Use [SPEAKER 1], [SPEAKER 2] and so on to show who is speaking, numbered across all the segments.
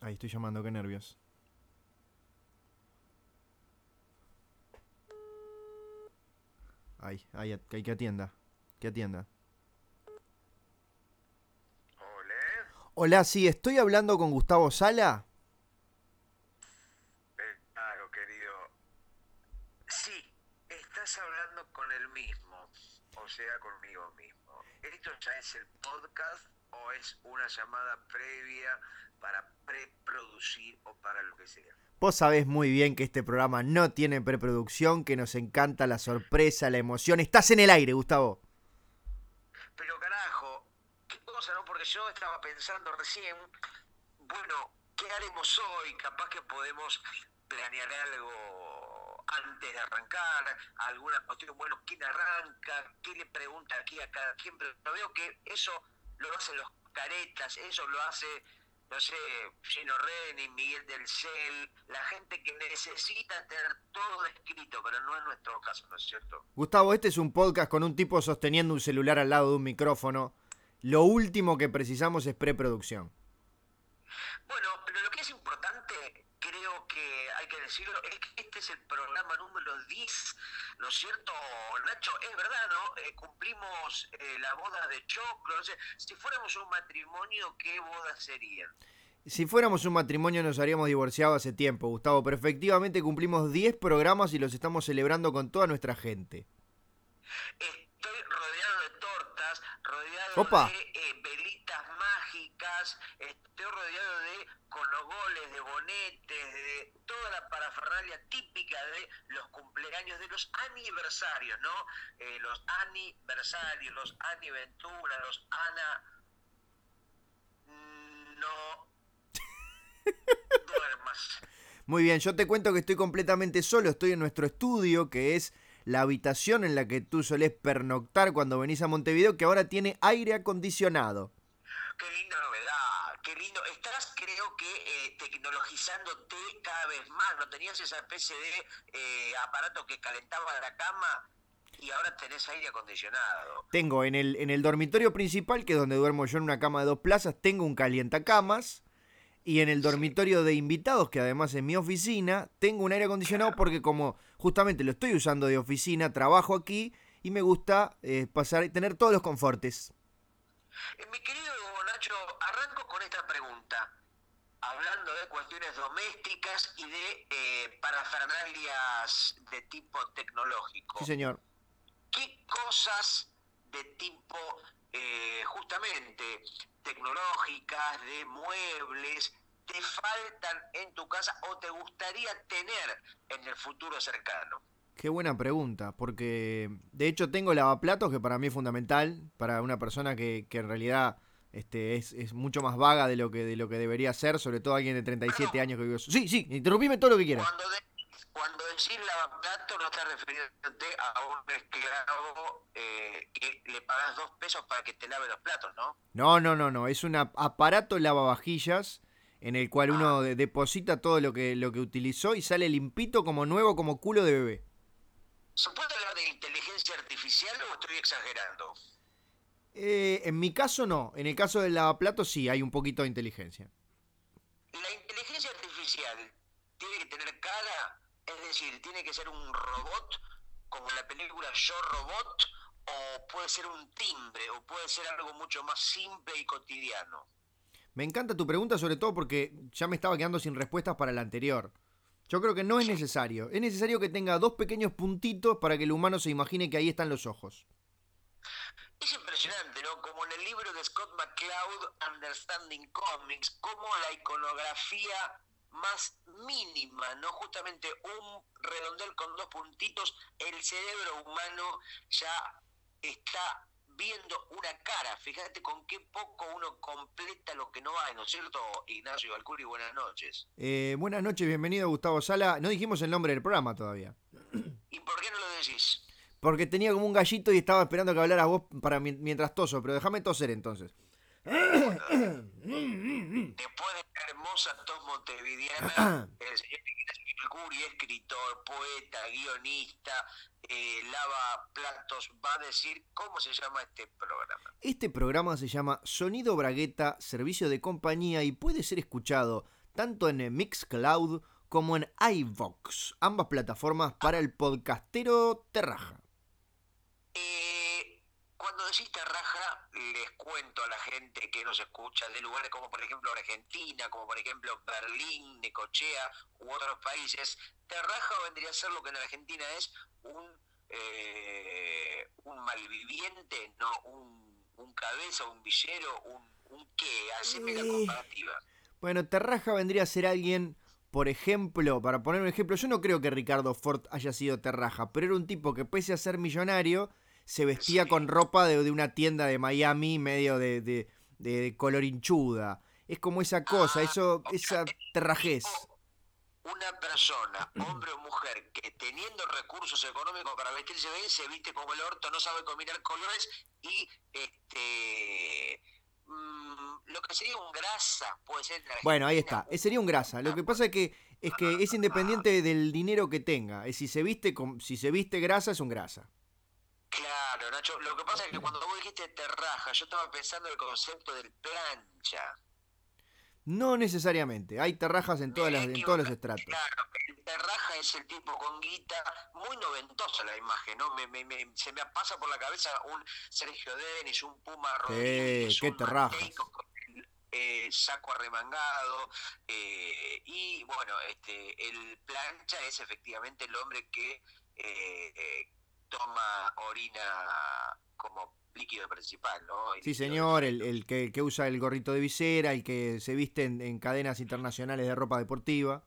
[SPEAKER 1] Ahí estoy llamando, qué nervios. Ahí, ahí, at- ahí, que atienda. Que atienda.
[SPEAKER 2] Hola,
[SPEAKER 1] Hola, sí, estoy hablando con Gustavo Sala.
[SPEAKER 2] eh, claro, querido. Sí, estás hablando con el mismo, o sea, conmigo mismo. ¿Esto ya es el podcast o es una llamada previa para preproducir o para lo que sea?
[SPEAKER 1] Vos sabés muy bien que este programa no tiene preproducción, que nos encanta la sorpresa, la emoción. Estás en el aire, Gustavo.
[SPEAKER 2] Pero carajo, qué cosa, ¿no? Porque yo estaba pensando recién, bueno, ¿qué haremos hoy? Capaz que podemos planear algo antes de arrancar, alguna cuestión, bueno, ¿quién arranca? ¿Qué le pregunta aquí a cada quien? Pero veo que eso lo hacen los caretas, eso lo hace, no sé, Gino Reni, Miguel del Cel, la gente que necesita tener todo escrito, pero no es nuestro caso, ¿no es cierto?
[SPEAKER 1] Gustavo, este es un podcast con un tipo sosteniendo un celular al lado de un micrófono. Lo último que precisamos es preproducción.
[SPEAKER 2] Bueno, pero lo que es importante, creo que hay que decirlo, es que este es el programa número 10, ¿no es cierto, Nacho? Es verdad, ¿no? Eh, cumplimos eh, la boda de Choclo, no sé, si fuéramos un matrimonio, ¿qué boda serían?
[SPEAKER 1] Si fuéramos un matrimonio nos habríamos divorciado hace tiempo, Gustavo, pero efectivamente cumplimos 10 programas y los estamos celebrando con toda nuestra gente.
[SPEAKER 2] Estoy rodeado de tortas, rodeado
[SPEAKER 1] Opa.
[SPEAKER 2] de eh, velitas mágicas, estoy rodeado de conogoles, de bonetes, de toda la parafernalia típica de los cumpleaños, de los aniversarios, ¿no? Eh, los aniversarios, los Ani Ventura, los Ana... No... Duermas.
[SPEAKER 1] Muy bien, yo te cuento que estoy completamente solo, estoy en nuestro estudio, que es la habitación en la que tú solés pernoctar cuando venís a Montevideo, que ahora tiene aire acondicionado.
[SPEAKER 2] Qué linda novedad, qué lindo. Estás, creo que, eh, tecnologizándote cada vez más. No tenías esa especie de eh, aparato que calentaba la cama y ahora tenés aire acondicionado.
[SPEAKER 1] Tengo en el, en el dormitorio principal, que es donde duermo yo en una cama de dos plazas, tengo un calientacamas. Y en el dormitorio de invitados, que además es mi oficina, tengo un aire acondicionado porque como justamente lo estoy usando de oficina, trabajo aquí y me gusta eh, pasar, tener todos los confortes.
[SPEAKER 2] Eh, mi querido Nacho, arranco con esta pregunta. Hablando de cuestiones domésticas y de eh, parafernalias de tipo tecnológico.
[SPEAKER 1] Sí, señor.
[SPEAKER 2] ¿qué cosas de tipo eh, justamente tecnológicas, de muebles, te faltan en tu casa o te gustaría tener en el futuro cercano?
[SPEAKER 1] Qué buena pregunta, porque de hecho tengo lavaplatos que para mí es fundamental, para una persona que, que en realidad este, es, es mucho más vaga de lo que de lo que debería ser, sobre todo alguien de 37 años que vive. so- Sí, sí, interrumpime todo lo que quieras.
[SPEAKER 2] Cuando, de- cuando decís lavaplato no estás refiriéndote a un esclavo eh, que le pagas dos pesos para que te lave los platos, ¿no?
[SPEAKER 1] No, no, no, no, es un ap- aparato lavavajillas en el cual uno de- deposita todo lo que lo que utilizó y sale limpito como nuevo, como culo de bebé.
[SPEAKER 2] ¿Se puede hablar de inteligencia artificial o estoy exagerando?
[SPEAKER 1] Eh, en mi caso no, en el caso del lavaplatos sí hay un poquito de inteligencia.
[SPEAKER 2] La inteligencia artificial tiene que tener cara, es decir, tiene que ser un robot, como en la película Yo Robot, o puede ser un timbre, o puede ser algo mucho más simple y cotidiano.
[SPEAKER 1] Me encanta tu pregunta, sobre todo porque ya me estaba quedando sin respuestas para la anterior. Yo creo que no es necesario. Es necesario que tenga dos pequeños puntitos para que el humano se imagine que ahí están los ojos.
[SPEAKER 2] Es impresionante, ¿no? Como en el libro de Scott McCloud, Understanding Comics, como la iconografía más mínima, ¿no? Justamente un redondel con dos puntitos, el cerebro humano ya está viendo una cara. Fíjate con qué poco uno completa lo que no hay, ¿no es cierto? Ignacio Valcuri, buenas noches.
[SPEAKER 1] Eh, buenas noches, bienvenido Gustavo Sala. No dijimos el nombre del programa todavía.
[SPEAKER 2] ¿Y por qué no lo decís?
[SPEAKER 1] Porque tenía como un gallito y estaba esperando que hablaras vos para mi- mientras toso, pero déjame toser entonces.
[SPEAKER 2] Después de esta hermosa tos montevideana, el señor Ignacio Mercurio, escritor, poeta, guionista, eh, lava platos, va a decir cómo se llama este programa.
[SPEAKER 1] Este programa se llama Sonido Bragueta, servicio de compañía y puede ser escuchado tanto en Mixcloud como en iVox, ambas plataformas para el podcastero Terraja.
[SPEAKER 2] Eh, cuando decís terraja, les cuento a la gente que nos escucha de lugares como por ejemplo Argentina, como por ejemplo Berlín, Necochea u otros países, terraja vendría a ser lo que en Argentina es un, eh, un malviviente, no un, un cabeza, un villero, un, un qué, haceme la
[SPEAKER 1] Eh.
[SPEAKER 2] comparativa.
[SPEAKER 1] Bueno, Terraja vendría a ser alguien, por ejemplo, para poner un ejemplo, yo no creo que Ricardo Ford haya sido Terraja, pero era un tipo que pese a ser millonario, se vestía
[SPEAKER 2] Sí.
[SPEAKER 1] con ropa de, de una tienda de Miami, medio de, de- de colorinchuda. Es como esa cosa, eso, esa terrajez.
[SPEAKER 2] Una persona, hombre o mujer, que teniendo recursos económicos para vestirse bien, se viste como el orto, no sabe combinar colores y este mm, lo que sería un grasa puede ser. en
[SPEAKER 1] Bueno, ahí
[SPEAKER 2] Argentina.
[SPEAKER 1] está. Eh, Sería un grasa. Lo que pasa es que es que es independiente del dinero que tenga. Eh, Si se viste con, si se viste grasa, es un grasa.
[SPEAKER 2] Claro, Nacho. Lo que pasa es que cuando vos dijiste terraja, yo estaba pensando en el concepto del plancha.
[SPEAKER 1] No necesariamente. Hay terrajas en todas
[SPEAKER 2] Me
[SPEAKER 1] las, en todos los
[SPEAKER 2] equivoqué.
[SPEAKER 1] estratos.
[SPEAKER 2] Claro, el terraja es el tipo con guita, muy noventosa la imagen, ¿no? Me, me- me- se me pasa por la cabeza un Sergio Denis, un Puma Rodríguez,
[SPEAKER 1] qué
[SPEAKER 2] un
[SPEAKER 1] terrajas.
[SPEAKER 2] Mateico con el, eh, saco arremangado, eh, y bueno, este, el plancha es efectivamente el hombre que eh, eh, toma orina como líquido principal, ¿no? El
[SPEAKER 1] Sí,
[SPEAKER 2] líquido
[SPEAKER 1] señor, el, el que, el que usa el gorrito de visera, el que se viste en, en cadenas internacionales de ropa deportiva.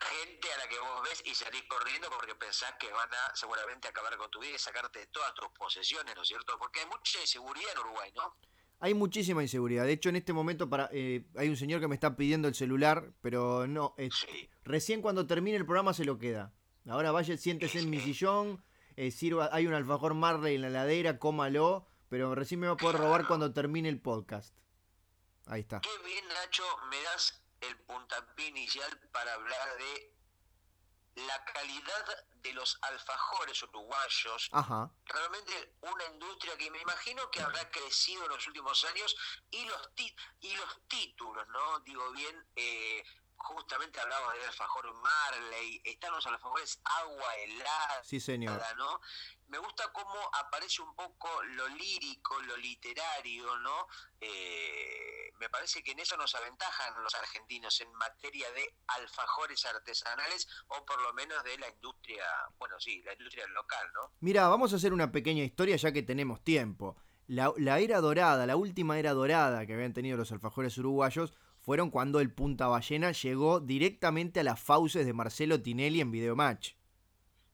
[SPEAKER 2] gente a la que vos ves y salís corriendo porque pensás que van a seguramente acabar con tu vida y sacarte de todas tus posesiones, ¿no es cierto? Porque hay mucha inseguridad en Uruguay, ¿no?
[SPEAKER 1] Hay muchísima inseguridad. De hecho, en este momento para, eh, hay un señor que me está pidiendo el celular, pero no, es-
[SPEAKER 2] Sí.
[SPEAKER 1] recién cuando termine el programa se lo queda. Ahora vaya, siéntese en mi sillón, eh, sirva, hay un alfajor Marley en la heladera, cómalo, pero recién me va a poder robar cuando termine el podcast. Ahí está.
[SPEAKER 2] Qué bien, Nacho, me das el puntapié inicial para hablar de la calidad de los alfajores uruguayos.
[SPEAKER 1] Ajá.
[SPEAKER 2] Realmente una industria que me imagino que habrá crecido en los últimos años y los ti- y los títulos, ¿no? Digo bien, eh, justamente hablaba del alfajor Marley, están los alfajores agua helada,
[SPEAKER 1] Sí, señor.
[SPEAKER 2] ¿no? Me gusta cómo aparece un poco lo lírico, lo literario, ¿no? Eh, me parece que en eso nos aventajan los argentinos en materia de alfajores artesanales o por lo menos de la industria, bueno, sí, la industria local, ¿no?
[SPEAKER 1] Mira, vamos a hacer una pequeña historia ya que tenemos tiempo. La, la era dorada, la última era dorada que habían tenido los alfajores uruguayos fueron cuando el Punta Ballena llegó directamente a las fauces de Marcelo Tinelli en Videomatch.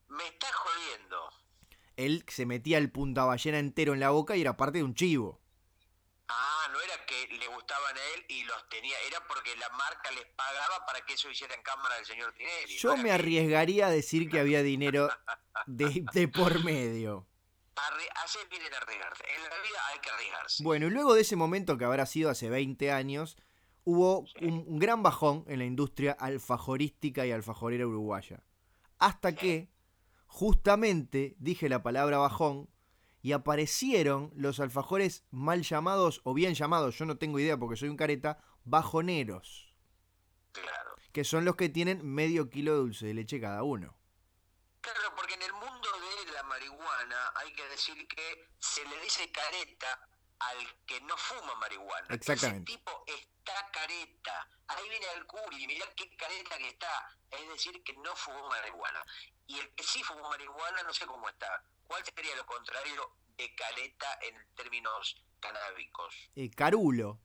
[SPEAKER 2] Me está jodiendo.
[SPEAKER 1] Él se metía el Punta Ballena entero en la boca y era parte de un chivo.
[SPEAKER 2] Ah, no era que le gustaban a él y los tenía, era porque la marca les pagaba para que eso hiciera en cámara del señor Tinelli.
[SPEAKER 1] Yo
[SPEAKER 2] Para
[SPEAKER 1] me
[SPEAKER 2] que
[SPEAKER 1] arriesgaría a decir que había dinero de, de por medio.
[SPEAKER 2] arre- Hacer bien en arriesgarse. En la vida hay que arriesgarse.
[SPEAKER 1] Bueno, y luego de ese momento que habrá sido hace 20 años, hubo un, un gran bajón en la industria alfajorística y alfajorera uruguaya. Hasta que, justamente, dije la palabra bajón y aparecieron los alfajores mal llamados o bien llamados, yo no tengo idea porque soy un careta, bajoneros,
[SPEAKER 2] Claro.
[SPEAKER 1] que son los que tienen medio kilo de dulce de leche cada uno.
[SPEAKER 2] Claro, porque en el mundo de la marihuana hay que decir que se le dice careta al que no fuma marihuana.
[SPEAKER 1] Exactamente.
[SPEAKER 2] Ese tipo está careta. Ahí viene el curi, mirá qué careta que está. Es decir, que no fumó marihuana. Y el que sí fumó marihuana, no sé cómo está. ¿Cuál sería lo contrario de careta en términos canábicos?
[SPEAKER 1] Eh, carulo,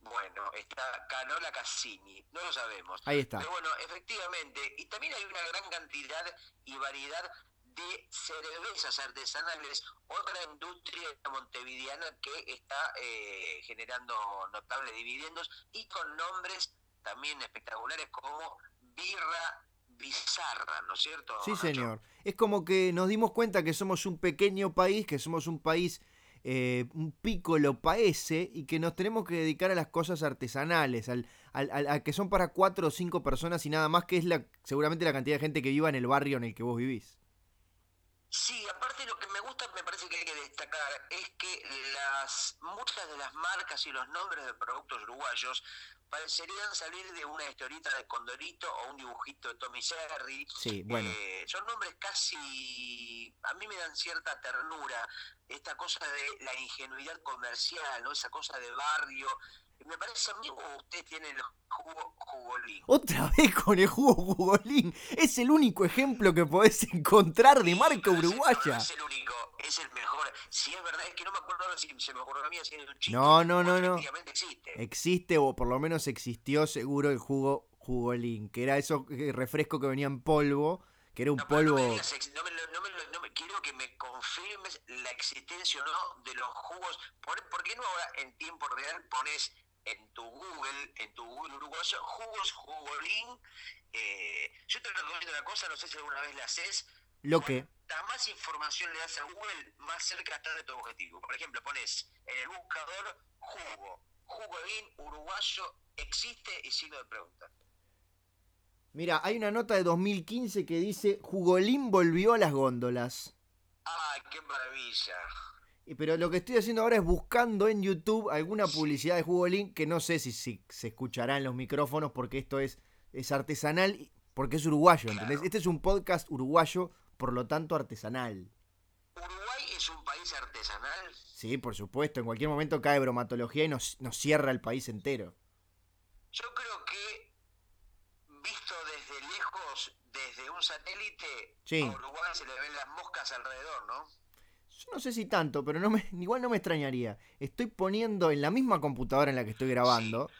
[SPEAKER 2] Bueno, está Canola Cassini. No lo sabemos.
[SPEAKER 1] ahí está.
[SPEAKER 2] Pero bueno, efectivamente, y también hay una gran cantidad y variedad de cervezas artesanales, otra industria montevideana que está eh, generando notables dividendos y con nombres también espectaculares como birra bizarra, ¿no es cierto?
[SPEAKER 1] Sí,
[SPEAKER 2] Nacho?
[SPEAKER 1] señor. Es como que nos dimos cuenta que somos un pequeño país, que somos un país, eh, un pícolo paese, y que nos tenemos que dedicar a las cosas artesanales, al, al- al- a que son para cuatro o cinco personas y nada más, que es la, seguramente la cantidad de gente que viva en el barrio en el que vos vivís.
[SPEAKER 2] Sí, aparte lo que me gusta, me parece que hay que destacar, es que las muchas de las marcas y los nombres de productos uruguayos parecerían salir de una historieta de Condorito o un dibujito de Tommy Jerry.
[SPEAKER 1] Sí, bueno.
[SPEAKER 2] Eh, son nombres casi, a mí me dan cierta ternura, esta cosa de la ingenuidad comercial, ¿no? esa cosa de barrio. Me parece a mí o ustedes tienen el jugo jugolín.
[SPEAKER 1] Otra vez con el jugo jugolín. Es el único ejemplo que podés encontrar de marca
[SPEAKER 2] No es el-
[SPEAKER 1] uruguaya.
[SPEAKER 2] No es el único, es el mejor. Si es verdad, es que no me acuerdo ahora si se me ocurrió a mí si es un chiste.
[SPEAKER 1] No, no,
[SPEAKER 2] o
[SPEAKER 1] no, no.
[SPEAKER 2] efectivamente existe.
[SPEAKER 1] Existe, o por lo menos existió seguro, el jugo jugolín, que era eso eh, refresco que venía en polvo, que era un
[SPEAKER 2] No, pero no me
[SPEAKER 1] polvo...
[SPEAKER 2] digas ex- no me lo- no me lo- no me- quiero que me confirmes la existencia o no de los jugos. ¿Por, por qué no ahora en tiempo real pones en tu Google, en tu Google uruguayo, jugos jugolín? Eh, yo te recomiendo una cosa, no sé si alguna vez la haces.
[SPEAKER 1] Lo que...
[SPEAKER 2] Cuanta más información le das a Google, más cerca estás de tu objetivo. Por ejemplo, pones en el buscador jugo, jugolín uruguayo existe y signo de pregunta.
[SPEAKER 1] Mira, hay una nota de 2015 que dice, jugolín volvió a las góndolas.
[SPEAKER 2] ¡Ay, qué maravilla!
[SPEAKER 1] Y- Pero lo que estoy haciendo ahora es buscando en YouTube alguna publicidad de Jugolín que no sé si, si se escuchará en los micrófonos porque esto es, es artesanal, y- porque es uruguayo, ¿entendés?
[SPEAKER 2] Claro.
[SPEAKER 1] Este es un podcast uruguayo, por lo tanto artesanal.
[SPEAKER 2] Uruguay es un país artesanal.
[SPEAKER 1] Sí, por supuesto, en cualquier momento cae bromatología y nos, nos cierra el país entero.
[SPEAKER 2] Yo creo que, visto desde lejos, desde un satélite,
[SPEAKER 1] Sí.
[SPEAKER 2] a Uruguay se le ven las moscas alrededor, ¿no?
[SPEAKER 1] Yo no sé si tanto, pero no me, igual no me extrañaría. Estoy poniendo en la misma computadora en la que estoy grabando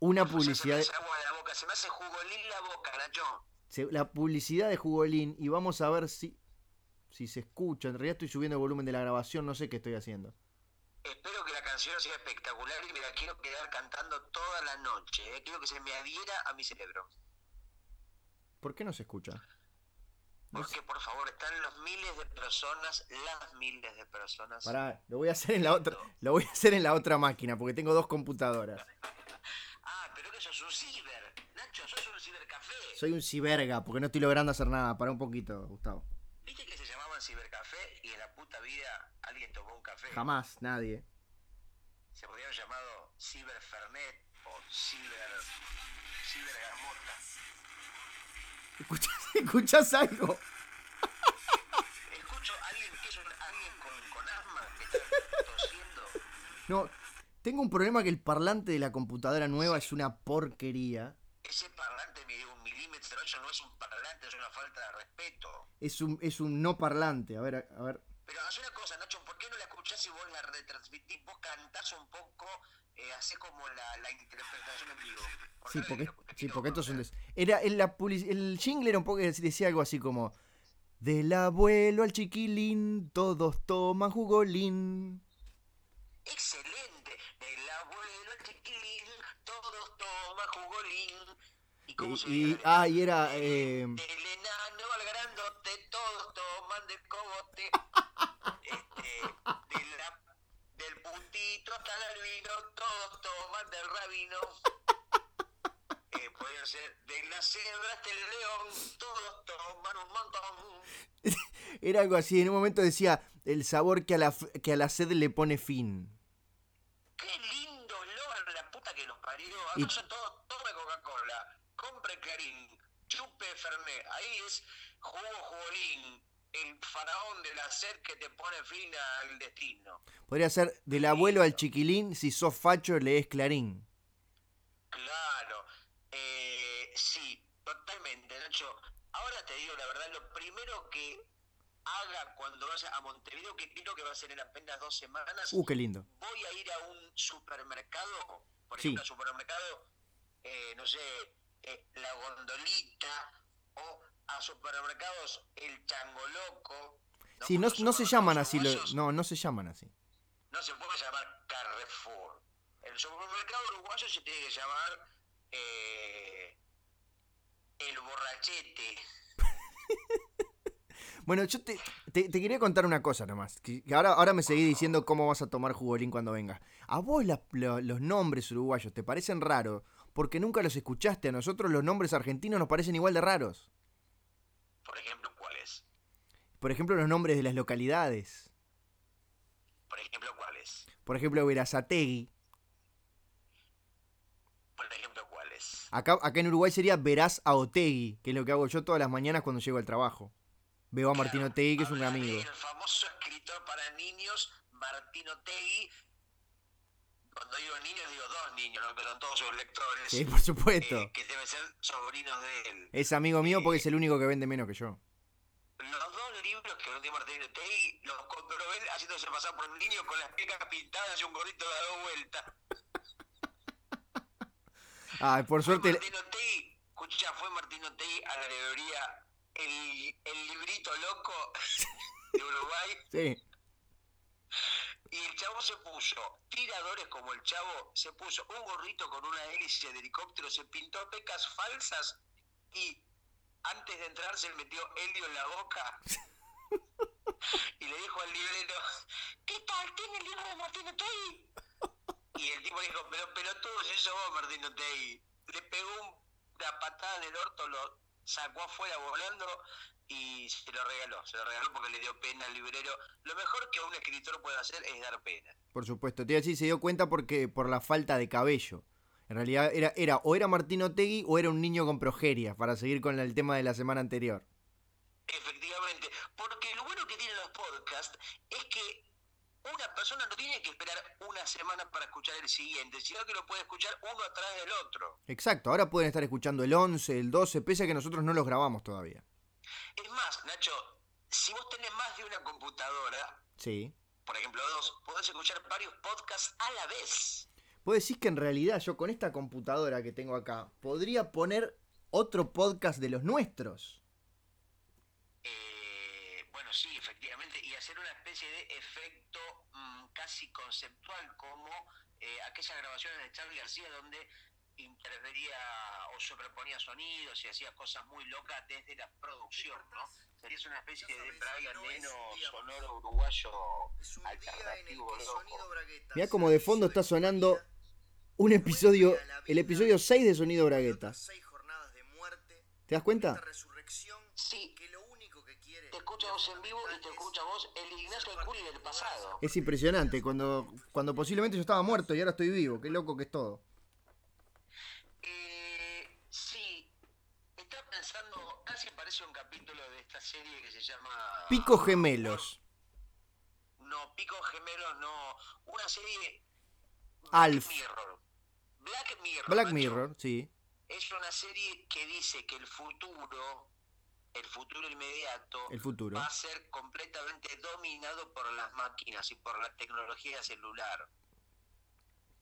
[SPEAKER 1] una
[SPEAKER 2] O sea,
[SPEAKER 1] publicidad... de-
[SPEAKER 2] Se me hace agua la boca, se me hace jugolín la boca, Nacho.
[SPEAKER 1] se- la publicidad de Jugolín y vamos a ver si, si se escucha. En realidad estoy subiendo el volumen de la grabación, no sé qué estoy haciendo.
[SPEAKER 2] Espero que la canción sea espectacular y me la quiero quedar cantando toda la noche. eh. Quiero que se me adhiera a mi cerebro.
[SPEAKER 1] ¿Por qué no se escucha? No sé.
[SPEAKER 2] Porque, por favor, están los miles de personas, las miles de personas.
[SPEAKER 1] Pará, lo voy a hacer en la otra, lo voy a hacer en la otra máquina, porque tengo dos computadoras.
[SPEAKER 2] Ah, pero que sos un ciber. Nacho, sos un cibercafé.
[SPEAKER 1] Soy un ciberga, porque no estoy logrando hacer nada. Pará un poquito, Gustavo.
[SPEAKER 2] ¿Viste que se llamaban cibercafé y en la puta vida alguien tomó un café?
[SPEAKER 1] Jamás, nadie.
[SPEAKER 2] Se podrían llamado ciberfernet o ciber... cibergamota.
[SPEAKER 1] ¿Escuchás, escuchás algo?
[SPEAKER 2] Escucho a alguien que es un- alguien con, con asma que está tosiendo.
[SPEAKER 1] No, tengo un problema que el parlante de la computadora nueva es una porquería.
[SPEAKER 2] Ese parlante mide un milímetro, eso no es un parlante, es una falta de respeto.
[SPEAKER 1] Es un, es un no parlante. A ver, a- a ver.
[SPEAKER 2] Pero haz una cosa, Nacho, ¿por qué no la escuchás y vos la retransmitís? Vos cantás un poco, eh, hacés como la, la interpretación en vivo.
[SPEAKER 1] Sí,
[SPEAKER 2] qué no
[SPEAKER 1] porque,
[SPEAKER 2] la escuchás?
[SPEAKER 1] sí, porque estos son des- Era en la publici- el jingle era un poco decía algo así como del abuelo al chiquilín todos toman jugolín.
[SPEAKER 2] Excelente. Del abuelo al chiquilín, todos toman jugolín. ¿Y
[SPEAKER 1] Y,
[SPEAKER 2] cómo se
[SPEAKER 1] y-
[SPEAKER 2] veía?
[SPEAKER 1] ah, y era eh,
[SPEAKER 2] Del enano al grandote, todos toman del cogote. este, de la- del puntito hasta el albino, todos toman del rabino. Eh, podría ser de la cebra hasta el león, todos toman un montón.
[SPEAKER 1] era algo así. En un momento decía el sabor que a la f- que a la sed le pone fin.
[SPEAKER 2] Qué lindo logra la puta que nos parió.
[SPEAKER 1] Y-
[SPEAKER 2] Anoche todo tome Coca-Cola, compre Clarín, chupe Fernet. Ahí es jugo jugolín, el faraón de la sed que te pone fin al destino.
[SPEAKER 1] Podría ser del abuelo al chiquilín si sos facho lees clarín.
[SPEAKER 2] Claro, eh, sí, totalmente, Nacho. Ahora te digo la verdad, lo primero que haga cuando vaya a Montevideo, que creo que va a ser en apenas dos semanas,
[SPEAKER 1] Uh, qué lindo.
[SPEAKER 2] voy a ir a un supermercado, por
[SPEAKER 1] Sí.
[SPEAKER 2] ejemplo, a supermercado, eh, no sé, eh, La Gondolita, o a supermercados El Chango Loco.
[SPEAKER 1] Sí, no,
[SPEAKER 2] Porque
[SPEAKER 1] no se
[SPEAKER 2] supermercados
[SPEAKER 1] llaman así. lo-
[SPEAKER 2] uruguayos
[SPEAKER 1] no, no se llaman así.
[SPEAKER 2] no se puede llamar Carrefour. El supermercado uruguayo se tiene que llamar eh, El Borrachete.
[SPEAKER 1] Bueno, yo te, te- te quería contar una cosa nomás. Que que ahora, ahora me seguís diciendo cómo vas a tomar jugolín cuando vengas. A vos las- lo- los nombres uruguayos te parecen raros porque nunca los escuchaste. A nosotros los nombres argentinos nos parecen igual de raros.
[SPEAKER 2] Por ejemplo, ¿cuál es?
[SPEAKER 1] Por ejemplo, los nombres de las localidades.
[SPEAKER 2] Por ejemplo, ¿cuáles?
[SPEAKER 1] Por ejemplo, Verazategui.
[SPEAKER 2] Por ejemplo, ¿cuáles?
[SPEAKER 1] Acá, acá en Uruguay sería Veraz Aotegui, que es lo que hago yo todas las mañanas cuando llego al trabajo. Veo a Martín
[SPEAKER 2] Claro,
[SPEAKER 1] Otegui, que es un
[SPEAKER 2] hablar
[SPEAKER 1] amigo.
[SPEAKER 2] del famoso escritor para niños, Martín Otegui. Cuando digo niños, digo dos niños, ¿no? pero todos sus lectores.
[SPEAKER 1] Sí, por supuesto.
[SPEAKER 2] eh, que deben ser sobrinos de él.
[SPEAKER 1] Es amigo mío porque es el único que vende menos que yo.
[SPEAKER 2] Los dos libros que vendió Martín Otegui los compró él haciéndose pasar por un niño con las pecas pintadas y un gorrito de dos vueltas.
[SPEAKER 1] Ah, por
[SPEAKER 2] Fue
[SPEAKER 1] suerte.
[SPEAKER 2] Martín Otegui, escucha, fue Martín Otegui a la librería el, el librito loco de Uruguay
[SPEAKER 1] Sí.
[SPEAKER 2] y el chavo se puso tiradores como el chavo, se puso un gorrito con una hélice de helicóptero, se pintó pecas falsas y antes de entrar se le metió helio en la boca. Y le dijo al librero, ¿qué tal? ¿Tiene el libro de Martín Otegui? Y el tipo dijo, pero pelotudo, si eso vos, Martín Otei. Le pegó un- una patada en el orto, lo sacó afuera volando y se lo regaló. Se lo regaló porque le dio pena al librero. Lo mejor que un escritor puede hacer es dar pena.
[SPEAKER 1] Por supuesto, te iba a decir, se dio cuenta porque por la falta de cabello. En realidad era, era o era Martín Otegui o era un niño con progeria, para seguir con el tema de la semana anterior.
[SPEAKER 2] Efectivamente, porque lo bueno que tienen los podcasts es que una persona no tiene que esperar una semana para escuchar el siguiente, sino que lo puede escuchar uno atrás del otro.
[SPEAKER 1] Exacto, ahora pueden estar escuchando el 11, el 12, pese a que nosotros no los grabamos todavía.
[SPEAKER 2] Es más, Nacho, si vos tenés más de una computadora,
[SPEAKER 1] Sí.
[SPEAKER 2] por ejemplo dos, podés escuchar varios podcasts a la vez.
[SPEAKER 1] Vos decís que en realidad yo con esta computadora que tengo acá podría poner otro podcast de los nuestros.
[SPEAKER 2] Eh, bueno, sí, efectivamente, y hacer una especie de efecto mm, casi conceptual como eh, aquellas grabaciones de Charlie García donde intervenía o sobreponía sonidos y hacía cosas muy locas desde la producción, ¿no? Sería una especie de Brian Eno sonoro uruguayo alternativo loco.
[SPEAKER 1] Mirá como de fondo está sonando un episodio, el episodio 6 de Sonido Bragueta. Ah.
[SPEAKER 3] Seis jornadas de muerte.
[SPEAKER 1] ¿Te das cuenta?
[SPEAKER 3] Esta resurrección
[SPEAKER 2] Sí,
[SPEAKER 3] que lo único que quiere.
[SPEAKER 2] te escucha vos en vivo y te escucha vos el Ignacio Curi del pasado.
[SPEAKER 1] Es impresionante, cuando, cuando posiblemente yo estaba muerto y ahora estoy vivo, qué loco que es todo.
[SPEAKER 2] Eh, sí, está pensando, casi parece un capítulo de esta serie que se llama...
[SPEAKER 1] Picos gemelos,
[SPEAKER 2] No, Picos Gemelos no. Una serie...
[SPEAKER 1] Alf.
[SPEAKER 2] Black Mirror. Black Mirror.
[SPEAKER 1] Black
[SPEAKER 2] macho.
[SPEAKER 1] Mirror, sí.
[SPEAKER 2] Es una serie que dice que el futuro, el futuro inmediato,
[SPEAKER 1] El futuro.
[SPEAKER 2] va a ser completamente dominado por las máquinas y por la tecnología celular.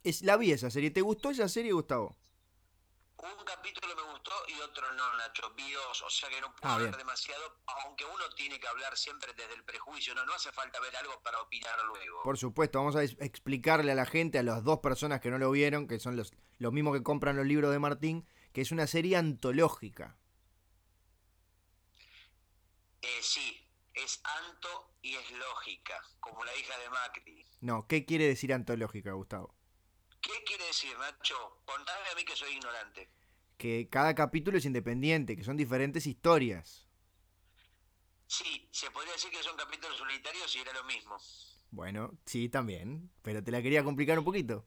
[SPEAKER 1] Es, la vi esa serie, ¿te gustó esa serie, Gustavo?
[SPEAKER 2] Un capítulo me gustó y otro no, Nacho. Vi dos, o sea que no puedo
[SPEAKER 1] Ah,
[SPEAKER 2] hablar
[SPEAKER 1] bien.
[SPEAKER 2] demasiado, aunque uno tiene que hablar siempre desde el prejuicio, ¿no? No hace falta ver algo para opinar luego.
[SPEAKER 1] Por supuesto, vamos a es- explicarle a la gente, a las dos personas que no lo vieron, que son los, los mismos que compran los libros de Martín, que es una serie antológica.
[SPEAKER 2] Eh, sí, es anto y es lógica, como la hija de Macri.
[SPEAKER 1] No, ¿qué quiere decir antológica, Gustavo?
[SPEAKER 2] ¿Qué quiere decir, Nacho? Contame a mí que soy ignorante.
[SPEAKER 1] Que cada capítulo es independiente, que son diferentes historias.
[SPEAKER 2] Sí, se podría decir que son capítulos solitarios y era lo mismo.
[SPEAKER 1] Bueno, sí, también, pero te la quería complicar un poquito.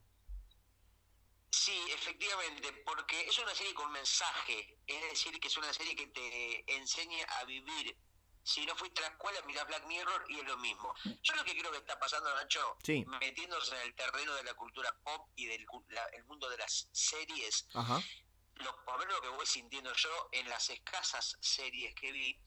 [SPEAKER 2] Sí, efectivamente, porque es una serie con mensaje, es decir, que es una serie que te enseña a vivir. Si no fuiste a la escuela, mirá Black Mirror y es lo mismo. Yo lo que creo que está pasando, Nacho,
[SPEAKER 1] Sí.
[SPEAKER 2] metiéndose en el terreno de la cultura pop y del cu- la- el mundo de las series,
[SPEAKER 1] Ajá.
[SPEAKER 2] lo, por lo menos lo que voy sintiendo yo en las escasas series que vi,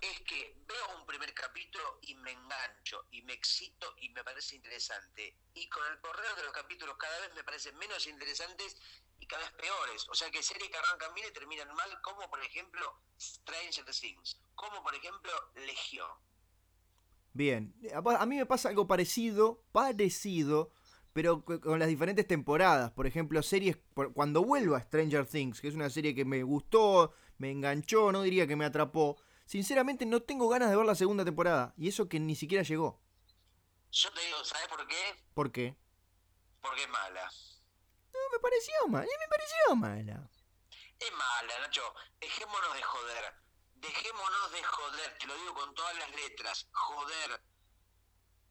[SPEAKER 2] es que veo un primer capítulo y me engancho, y me excito, y me parece interesante. Y con el correo de los capítulos cada vez me parecen menos interesantes y cada vez peores. O sea que series que arrancan bien y terminan mal, como por ejemplo Stranger Things, como por ejemplo Legión.
[SPEAKER 1] Bien, a pa- a mí me pasa algo parecido, parecido, pero co- con las diferentes temporadas. Por ejemplo, series, por- cuando vuelvo a Stranger Things, que es una serie que me gustó, me enganchó, no diría que me atrapó. Sinceramente no tengo ganas de ver la segunda temporada, y eso que ni siquiera llegó.
[SPEAKER 2] Yo te digo, ¿sabes por qué?
[SPEAKER 1] ¿Por qué?
[SPEAKER 2] Porque es mala.
[SPEAKER 1] No, me pareció mala, me pareció mala.
[SPEAKER 2] Es mala, Nacho. Dejémonos de joder. dejémonos de joder, te lo digo con todas las letras, joder.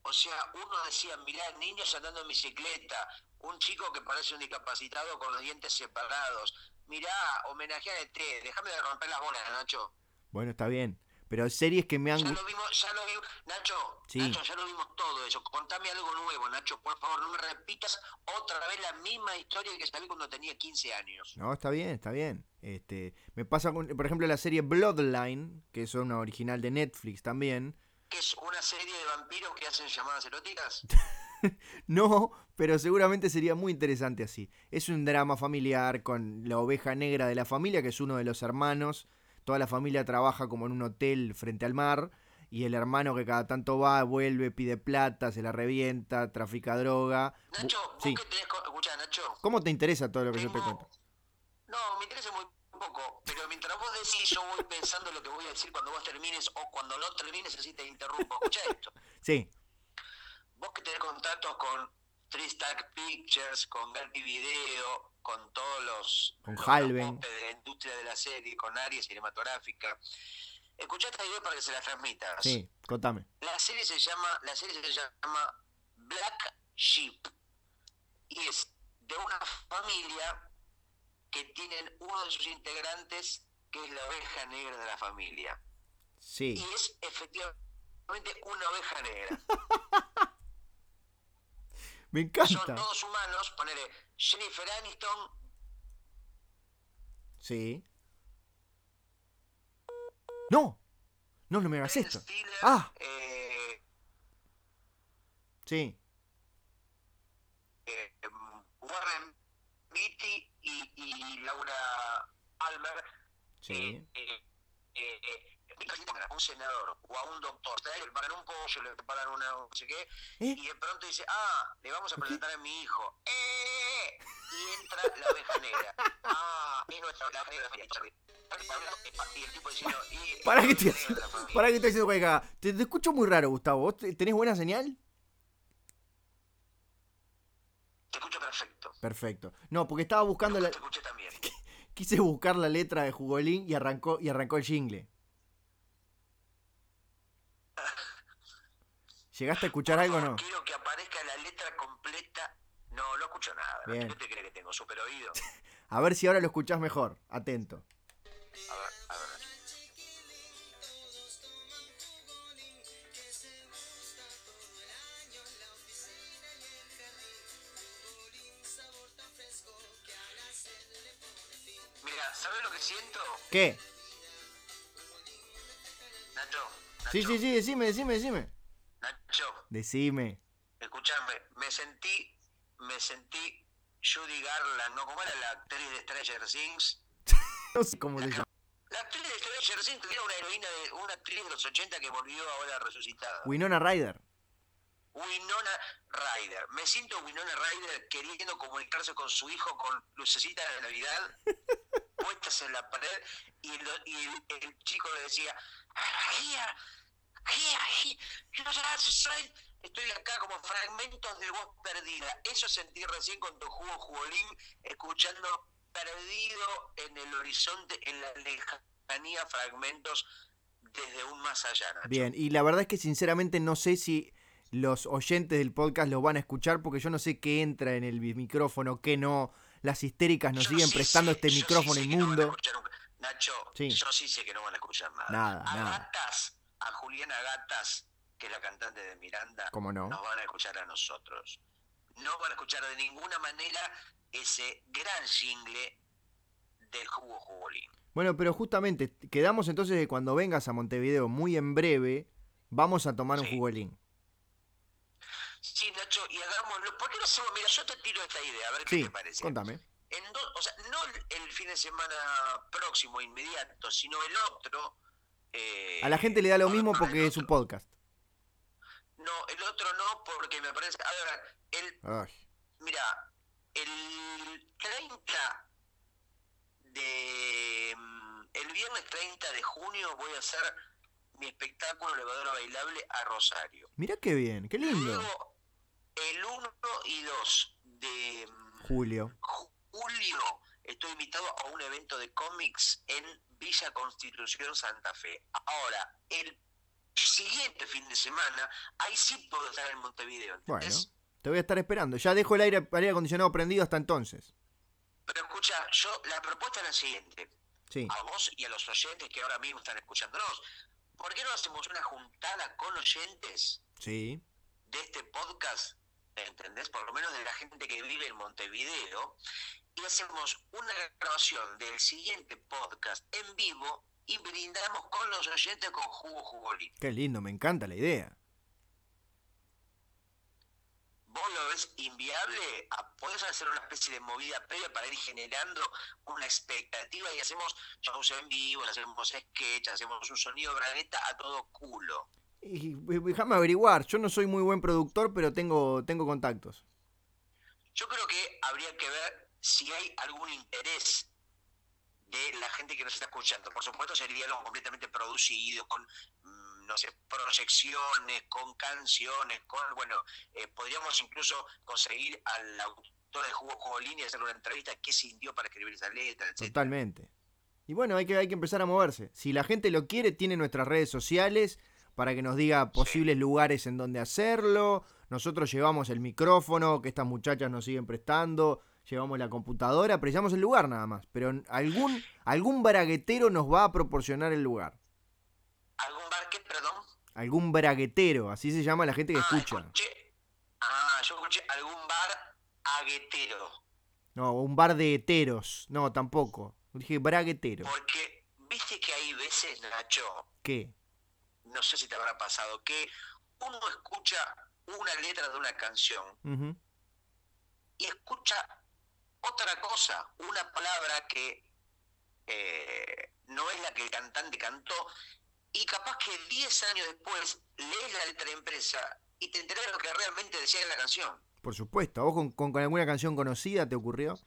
[SPEAKER 2] O sea, uno decía, mirá, niños andando en bicicleta, un chico que parece un discapacitado con los dientes separados. Mirá, homenajeate, déjame de romper las bolas, Nacho.
[SPEAKER 1] Bueno, está bien. Pero series que me han...
[SPEAKER 2] Ya lo vimos, ya lo vimos. Nacho,
[SPEAKER 1] Sí.
[SPEAKER 2] Nacho, ya lo vimos todo eso. Contame algo nuevo, Nacho, por favor, no me repitas otra vez la misma historia que sabí cuando tenía 15 años.
[SPEAKER 1] No, está bien, está bien. Este, me pasa con, por ejemplo, la serie Bloodline, que es una original de Netflix también.
[SPEAKER 2] ¿Que es una serie de vampiros que hacen llamadas eróticas?
[SPEAKER 1] No, pero seguramente sería muy interesante así. Es un drama familiar con la oveja negra de la familia, que es uno de los hermanos. Toda la familia trabaja como en un hotel frente al mar. Y el hermano que cada tanto va, vuelve, pide plata, se la revienta, trafica droga. Bu-
[SPEAKER 2] Nacho, vos
[SPEAKER 1] sí.
[SPEAKER 2] que tenés... co- Escuchá, Nacho.
[SPEAKER 1] ¿Cómo te interesa todo lo que yo te
[SPEAKER 2] Tengo-
[SPEAKER 1] cuento?
[SPEAKER 2] No, me interesa muy poco, pero mientras vos decís, yo voy pensando lo que voy a decir cuando vos termines o cuando no termines, así te interrumpo. Escucha esto.
[SPEAKER 1] Sí,
[SPEAKER 2] Vos que tenés contactos con Tristack Pictures, con Gertie Video, con todos los.
[SPEAKER 1] Con
[SPEAKER 2] los
[SPEAKER 1] Halven.
[SPEAKER 2] capopes de la industria de la serie, con Aries cinematográfica. Escuchá esta idea para que se la transmitas.
[SPEAKER 1] sí, contame.
[SPEAKER 2] La serie se llama, la serie se llama Black Sheep y es de una familia que tienen uno de sus integrantes que es la oveja negra de la familia
[SPEAKER 1] Sí.
[SPEAKER 2] y es efectivamente una oveja negra.
[SPEAKER 1] Me
[SPEAKER 2] Son
[SPEAKER 1] encanta.
[SPEAKER 2] todos humanos, ponele Jennifer Aniston,
[SPEAKER 1] Sí. No. No, no me hagas
[SPEAKER 2] Ben
[SPEAKER 1] esto.
[SPEAKER 2] Stiller,
[SPEAKER 1] Ah.
[SPEAKER 2] eh,
[SPEAKER 1] Sí.
[SPEAKER 2] eh, Warren Beatty y, y Laura Palmer
[SPEAKER 1] Sí.
[SPEAKER 2] Eh, eh, eh, eh, a un senador o a un doctor, ¿sabes? le pagan un pollo, le pagan una no sé qué,
[SPEAKER 1] ¿Eh?
[SPEAKER 2] y de pronto dice, ah, le vamos a presentar a mi hijo. ¡Eh! Y entra la oveja negra. Ah, es nuestra oveja negra. Y el tipo diciendo, y-
[SPEAKER 1] ¿Para qué te,
[SPEAKER 2] la oveja negra de la familia.
[SPEAKER 1] para qué te haciendo cualquier cagada? Te, te escucho muy raro, Gustavo. ¿Vos te- tenés buena señal?
[SPEAKER 2] Te escucho perfecto.
[SPEAKER 1] Perfecto. No, porque estaba buscando la,
[SPEAKER 2] Te escuché también.
[SPEAKER 1] quise buscar la letra de Jugolín y arrancó y arrancó el jingle. ¿Llegaste a escuchar algo o no?
[SPEAKER 2] Quiero que aparezca la letra completa. No, no escucho nada.
[SPEAKER 1] Bien.
[SPEAKER 2] ¿Qué te crees que tengo? Super oído.
[SPEAKER 1] A ver si ahora lo escuchás mejor. Atento.
[SPEAKER 2] A ver, a ver. Mira, ¿sabes lo que siento?
[SPEAKER 1] ¿Qué?
[SPEAKER 2] Nacho, Nacho,
[SPEAKER 1] Sí, sí, sí, decime, decime, decime.
[SPEAKER 2] Nacho,
[SPEAKER 1] Decime.
[SPEAKER 2] escuchame, me sentí, me sentí Judy Garland, ¿no? ¿Cómo era la actriz de Stranger Things?
[SPEAKER 1] No sé cómo se llama.
[SPEAKER 2] La actriz de Stranger Things era una heroína de una actriz de los 80 que volvió ahora resucitada.
[SPEAKER 1] Winona Ryder.
[SPEAKER 2] Winona Ryder. Me siento Winona Ryder queriendo comunicarse con su hijo con lucecita de Navidad puestas en la pared y, lo- y el, el chico le decía, "Here, here, here, yo ya soy- Estoy acá como fragmentos de voz perdida. Eso sentí recién cuando jugó Jugolín, escuchando perdido en el horizonte, en la lejanía, fragmentos desde un más allá. Nacho.
[SPEAKER 1] Bien, y la verdad es que sinceramente no sé si los oyentes del podcast lo van a escuchar porque yo no sé qué entra en el micrófono, qué no. Las histéricas nos
[SPEAKER 2] Yo
[SPEAKER 1] siguen
[SPEAKER 2] sí
[SPEAKER 1] prestando
[SPEAKER 2] sé-
[SPEAKER 1] este
[SPEAKER 2] yo sí
[SPEAKER 1] micrófono
[SPEAKER 2] sé que no van a
[SPEAKER 1] inmundo.
[SPEAKER 2] escuchar nunca. Nacho,
[SPEAKER 1] Sí.
[SPEAKER 2] yo sí sé que no van a escuchar nada.
[SPEAKER 1] Nada,
[SPEAKER 2] a
[SPEAKER 1] nada.
[SPEAKER 2] Gatas, a Juliana Gatas, que es la cantante de Miranda,
[SPEAKER 1] ¿Cómo no?
[SPEAKER 2] nos van a escuchar a nosotros. No van a escuchar de ninguna manera ese gran jingle del jugo jugolín.
[SPEAKER 1] Bueno, pero justamente quedamos entonces que cuando vengas a Montevideo muy en breve, vamos a tomar un
[SPEAKER 2] Sí.
[SPEAKER 1] jugolín.
[SPEAKER 2] Sí, Nacho, y hagámoslo. ¿Por qué no hacemos? Mira, yo te tiro esta idea, a ver qué
[SPEAKER 1] Sí,
[SPEAKER 2] te parece.
[SPEAKER 1] contame.
[SPEAKER 2] en do- o sea, no el- el fin de semana próximo, inmediato, sino el otro. eh,
[SPEAKER 1] A la gente le da lo
[SPEAKER 2] no,
[SPEAKER 1] mismo
[SPEAKER 2] no, el
[SPEAKER 1] porque es
[SPEAKER 2] otro.
[SPEAKER 1] un podcast.
[SPEAKER 2] No, el otro no, porque me parece. A ver, el.
[SPEAKER 1] Ay,
[SPEAKER 2] Mira, el 30 de. mm, El viernes 30 de junio voy a hacer mi espectáculo Elevadora Bailable a Rosario.
[SPEAKER 1] mirá qué bien, qué lindo.
[SPEAKER 2] Luego, el 1 y 2 de mm,
[SPEAKER 1] Julio.
[SPEAKER 2] julio estoy invitado a un evento de cómics en Villa Constitución Santa Fe. Ahora, el siguiente fin de semana, ahí sí puedo estar en Montevideo.
[SPEAKER 1] Bueno,
[SPEAKER 2] ¿entendés?
[SPEAKER 1] te voy a estar esperando. Ya dejo el aire, aire acondicionado prendido hasta entonces.
[SPEAKER 2] Pero escucha, yo la propuesta es la siguiente.
[SPEAKER 1] Sí.
[SPEAKER 2] a vos y a los oyentes que ahora mismo están escuchándonos. ¿Por qué no hacemos una juntada con oyentes
[SPEAKER 1] Sí.
[SPEAKER 2] de este podcast? ¿Entendés? Por lo menos de la gente que vive en Montevideo. Y hacemos una grabación del siguiente podcast en vivo y brindamos con los oyentes con jugo jugolín.
[SPEAKER 1] Qué lindo, me encanta la idea.
[SPEAKER 2] ¿Vos lo ves inviable? Ah, ¿Podés hacer una especie de movida previa para ir generando una expectativa y hacemos shows en vivo, hacemos sketch, hacemos un sonido bragueta a todo culo?
[SPEAKER 1] Y, y- déjame averiguar. Yo no soy muy buen productor, pero tengo, tengo contactos.
[SPEAKER 2] Yo creo que habría que ver si hay algún interés de la gente que nos está escuchando. Por supuesto, sería algo completamente producido, con, mm, no sé, proyecciones, con canciones, con, bueno, eh, podríamos incluso conseguir al autor de Jugo Jugolín y hacerle una entrevista, qué sintió para escribir esa letra, etc.
[SPEAKER 1] Totalmente. Y bueno, hay que, hay que empezar a moverse. Si la gente lo quiere, tiene nuestras redes sociales para que nos diga posibles lugares en donde hacerlo. Nosotros llevamos el micrófono que estas muchachas nos siguen prestando, llevamos la computadora, precisamos el lugar nada más. Pero en- algún, algún braguetero nos va a proporcionar el lugar.
[SPEAKER 2] ¿Algún bar que, perdón?
[SPEAKER 1] Algún braguetero, así se llama la gente que
[SPEAKER 2] Ah,
[SPEAKER 1] escucha.
[SPEAKER 2] escuché- ah, yo escuché algún bar aguetero.
[SPEAKER 1] No, un bar de heteros. No, tampoco. Dije braguetero.
[SPEAKER 2] Porque, viste que hay veces, Nacho,
[SPEAKER 1] ¿Qué?
[SPEAKER 2] no sé si te habrá pasado, que uno escucha una letra de una canción
[SPEAKER 1] Ujú.
[SPEAKER 2] y escucha otra cosa, una palabra que eh, no es la que el cantante cantó, y capaz que 10 años después lees la letra de empresa y te enteras de lo que realmente decía en la canción.
[SPEAKER 1] Por supuesto. ¿A vos con- con- con alguna canción conocida te ocurrió?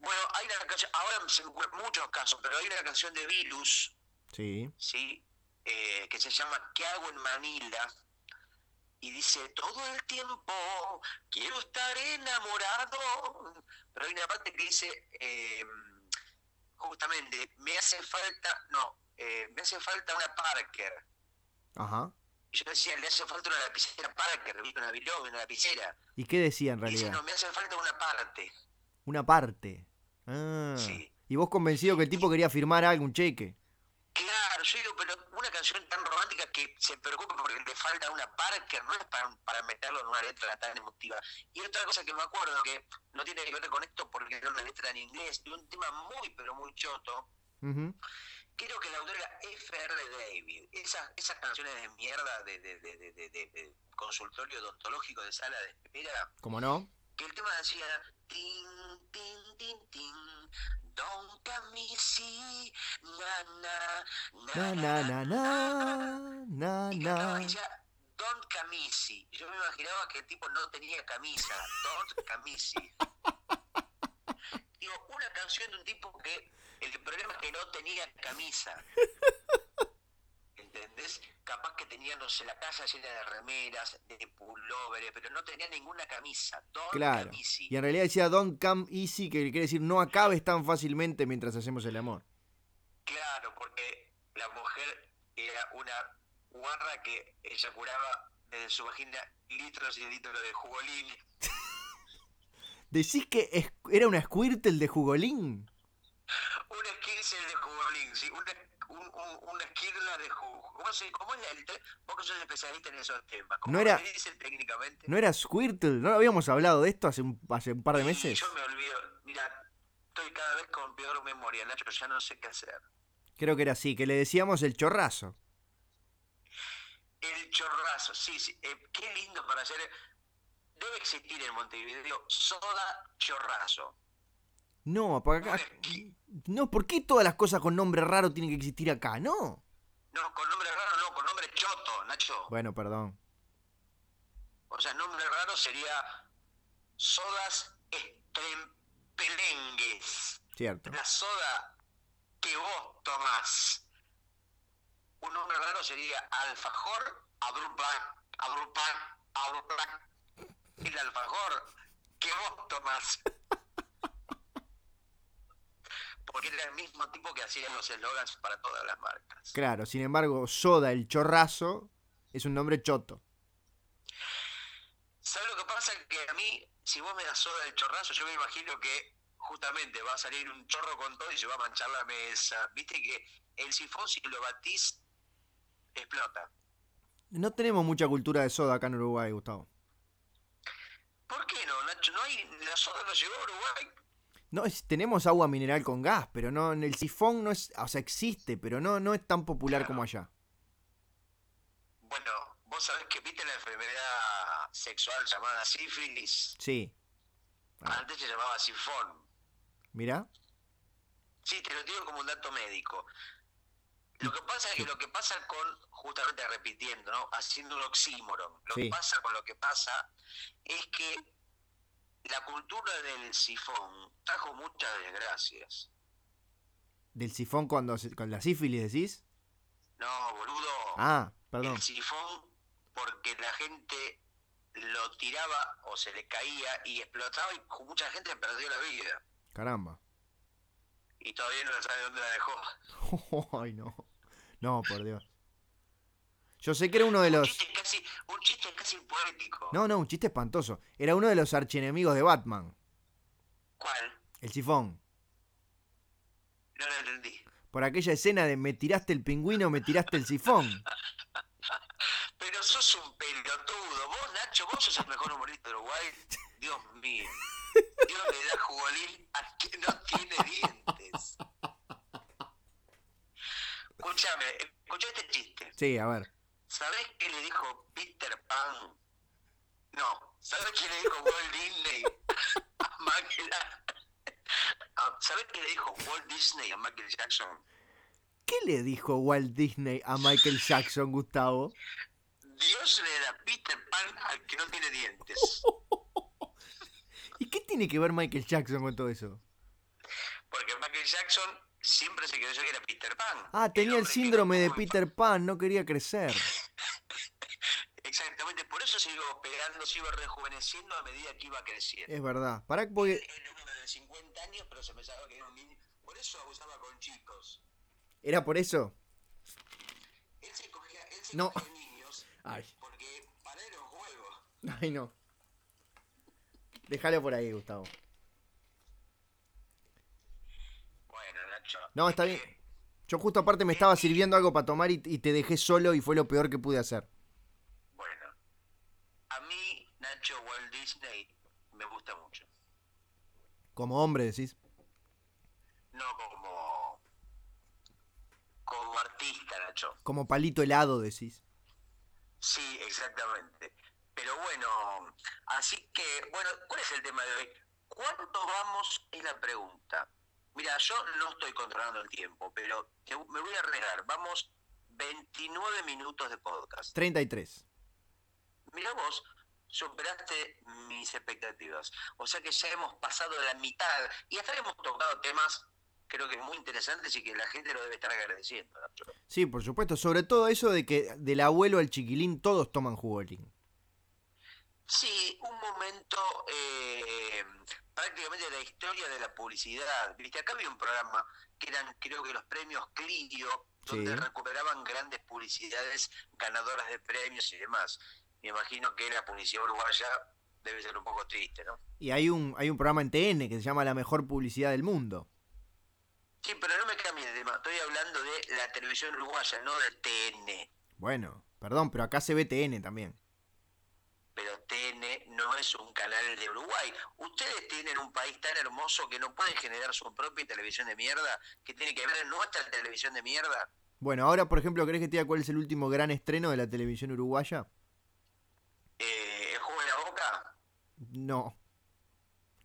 [SPEAKER 2] Bueno, hay una canción, ahora se me ocurren muchos casos, pero hay una canción de Virus
[SPEAKER 1] Sí.
[SPEAKER 2] ¿sí? Eh, que se llama ¿Qué hago en Manila? Y dice, todo el tiempo quiero estar enamorado. Pero hay una parte que dice, eh, justamente, me hace falta, no, eh, me hace falta una Parker.
[SPEAKER 1] Ajá.
[SPEAKER 2] Y yo decía, le hace falta una lapicera Parker, ¿viste? una biloba, una lapicera.
[SPEAKER 1] ¿Y qué decía en
[SPEAKER 2] Y dice, no,
[SPEAKER 1] realidad?
[SPEAKER 2] me hace falta una parte.
[SPEAKER 1] Una parte. Ah.
[SPEAKER 2] Sí.
[SPEAKER 1] Y vos convencido que el tipo quería firmar algo, un cheque.
[SPEAKER 2] Claro, yo digo, pero una canción tan romántica que se preocupa porque le falta una Parker, no es para, para meterlo en una letra tan emotiva. Y otra cosa que me acuerdo que no tiene que ver con esto porque era una letra en inglés, de un tema muy, pero muy choto,
[SPEAKER 1] Ujú.
[SPEAKER 2] creo que la autora era F.R. David. Esas, esas canciones de mierda de, de, de, de- de- de- de consultorio odontológico de sala de espera,
[SPEAKER 1] ¿Cómo no?
[SPEAKER 2] que el tema decía tin tin tin tin don't come easy na na
[SPEAKER 1] Na, na, na, na, na,
[SPEAKER 2] y cantaba
[SPEAKER 1] na.
[SPEAKER 2] ella Don Camisi. Yo me imaginaba que el tipo no tenía camisa. Don Camisi. Digo, una canción de un tipo que el problema es que no tenía camisa. ¿Entendés? Capaz que tenía, no sé, la casa llena de remeras, de pulóveres, pero no tenía ninguna camisa. Don
[SPEAKER 1] Claro.
[SPEAKER 2] Camisi.
[SPEAKER 1] Y en realidad decía don't come easy, que quiere decir no acabes tan fácilmente mientras hacemos el amor.
[SPEAKER 2] Claro, porque la mujer era una guarra que ella curaba desde su vagina litros y litros de jugolín.
[SPEAKER 1] ¿Decís que es- era una Squirtle de jugolín?
[SPEAKER 2] Una Skirler de Jugolín, sí, una, un, un, una Skirler de Jugolín. ¿Cómo, se- cómo es el te- Vos que sos especialista en esos temas. ¿Cómo
[SPEAKER 1] No era-
[SPEAKER 2] le dicen técnicamente?
[SPEAKER 1] ¿No era Squirtle? ¿No habíamos hablado de esto hace un, hace un par de
[SPEAKER 2] Y
[SPEAKER 1] meses?
[SPEAKER 2] Yo me olvido. Mira, estoy cada vez con peor memoria, Nacho, ya no sé qué hacer.
[SPEAKER 1] Creo que era así, que le decíamos el chorrazo.
[SPEAKER 2] El chorrazo, sí, sí. eh, qué lindo para hacer. Debe existir en Montevideo soda chorrazo.
[SPEAKER 1] No, por acá... No, ¿por qué todas las cosas con nombre raro tienen que existir acá? No.
[SPEAKER 2] No, con nombre raro no, con nombre choto, Nacho.
[SPEAKER 1] Bueno, perdón.
[SPEAKER 2] O sea, nombre raro sería sodas estrempelengues.
[SPEAKER 1] Cierto.
[SPEAKER 2] la soda que vos tomás. Un nombre raro sería alfajor abrupac, abrupac, abrupac. El alfajor que vos tomás. Porque era el mismo tipo que hacía los eslogans para todas las marcas.
[SPEAKER 1] Claro, sin embargo, Soda, el chorrazo, es un nombre choto.
[SPEAKER 2] ¿Sabes lo que pasa? Que a mí, si vos me das soda del chorrazo, yo me imagino que justamente va a salir un chorro con todo y se va a manchar la mesa. Viste que el sifón, si lo batís, explota.
[SPEAKER 1] No tenemos mucha cultura de soda acá en Uruguay, Gustavo.
[SPEAKER 2] ¿Por qué no, Nacho? No hay, la soda no llegó a Uruguay.
[SPEAKER 1] No, es- tenemos agua mineral con gas, pero no, en el sifón no es, o sea, existe, pero no, no es tan popular como allá.
[SPEAKER 2] Bueno, vos sabés que viste la enfermedad sexual llamada sífilis.
[SPEAKER 1] Sí, Ah.
[SPEAKER 2] Antes se llamaba sifón.
[SPEAKER 1] mirá.
[SPEAKER 2] Sí, te lo digo como un dato médico. Lo que pasa es que lo que pasa con, justamente repitiendo, ¿no? haciendo un oxímoron, lo
[SPEAKER 1] Sí.
[SPEAKER 2] que pasa con lo que pasa es que la cultura del sifón trajo muchas desgracias.
[SPEAKER 1] Del sifón cuando se- con la sífilis decís.
[SPEAKER 2] No, boludo.
[SPEAKER 1] Ah, perdón.
[SPEAKER 2] el sifón porque la gente lo tiraba o se le caía y explotaba y con mucha gente perdió la vida
[SPEAKER 1] Caramba.
[SPEAKER 2] y todavía no sabe dónde la dejó.
[SPEAKER 1] Ay, no. No, por Dios. Yo sé que era uno de
[SPEAKER 2] Un
[SPEAKER 1] los.
[SPEAKER 2] chiste casi, un chiste casi poético.
[SPEAKER 1] No, no, un chiste espantoso. Era uno de los archienemigos de Batman.
[SPEAKER 2] ¿Cuál?
[SPEAKER 1] El sifón.
[SPEAKER 2] No lo entendí.
[SPEAKER 1] Por aquella escena de me tiraste el pingüino, me tiraste el sifón.
[SPEAKER 2] Pero sos un pelotudo. Vos, Nacho, vos sos el mejor humorista de Uruguay. Dios mío. Dios le da jugolín a quien no tiene dientes. Escúchame, escuchá este chiste.
[SPEAKER 1] Sí, a ver.
[SPEAKER 2] ¿Sabés qué le dijo Peter Pan? No, ¿sabés qué le dijo Walt Disney a Michael Ah, ¿Sabés qué le dijo Walt Disney a Michael Jackson?
[SPEAKER 1] ¿Qué le dijo Walt Disney a Michael Jackson, Gustavo?
[SPEAKER 2] Dios le da Peter Pan al que no tiene dientes.
[SPEAKER 1] ¿Y qué tiene que ver Michael Jackson con todo eso?
[SPEAKER 2] Porque Michael Jackson siempre se creyó que era Peter Pan.
[SPEAKER 1] Ah, tenía el
[SPEAKER 2] hombre que-
[SPEAKER 1] síndrome de Peter Pan, no quería crecer.
[SPEAKER 2] Exactamente, por eso se iba pegando, se iba rejuveneciendo a medida que iba creciendo.
[SPEAKER 1] Es verdad. Pará, Eh, porque
[SPEAKER 2] Era uno de 50 años, pero se pensaba que era un niño. Por eso abusaba con chicos.
[SPEAKER 1] ¿Era por eso?
[SPEAKER 2] Él se cogía, él se
[SPEAKER 1] No.
[SPEAKER 2] cogía niños
[SPEAKER 1] Ay,
[SPEAKER 2] porque para él era un juego.
[SPEAKER 1] ay no. Déjalo por ahí, Gustavo.
[SPEAKER 2] Bueno, Nacho.
[SPEAKER 1] No, está bien. Yo justo aparte me estaba sirviendo algo para tomar y, y te dejé solo y fue lo peor que pude hacer.
[SPEAKER 2] Bueno. A mí, Nacho Walt Disney me gusta mucho.
[SPEAKER 1] Como hombre, decís.
[SPEAKER 2] No como. como artista, Nacho.
[SPEAKER 1] Como palito helado, decís.
[SPEAKER 2] Sí, exactamente. Pero bueno, así que, bueno, ¿cuál es el tema de hoy? ¿Cuánto vamos? Es la pregunta. Mira, yo no estoy controlando el tiempo, pero te- me voy a arriesgar. Vamos 29 minutos de podcast.
[SPEAKER 1] 33.
[SPEAKER 2] Mira vos, superaste mis expectativas. O sea que ya hemos pasado la mitad y hasta hemos tocado temas, creo que muy interesantes y que la gente lo debe estar agradeciendo. Nacho.
[SPEAKER 1] Sí, por supuesto. Sobre todo eso de que del abuelo al chiquilín todos toman jugolín.
[SPEAKER 2] Sí, un momento eh, prácticamente la historia de la publicidad. Viste, acá había un programa que eran, creo que los premios Clio, donde
[SPEAKER 1] Sí.
[SPEAKER 2] recuperaban grandes publicidades ganadoras de premios y demás. Me imagino que la publicidad uruguaya debe ser un poco triste, ¿no?
[SPEAKER 1] Y hay un, hay un programa en TN que se llama La mejor publicidad del mundo.
[SPEAKER 2] Sí, pero no me cambie de tema. Estoy hablando de la televisión uruguaya, no de TN.
[SPEAKER 1] Bueno, perdón, pero acá se ve TN también.
[SPEAKER 2] Pero TN no es un canal de Uruguay. Ustedes tienen un país tan hermoso que no pueden generar su propia televisión de mierda, que tiene que ver nuestra televisión de mierda.
[SPEAKER 1] Bueno, ahora por ejemplo, ¿crees que te diga cuál es el último gran estreno de la televisión uruguaya?
[SPEAKER 2] Eh, el juego de la boca.
[SPEAKER 1] No.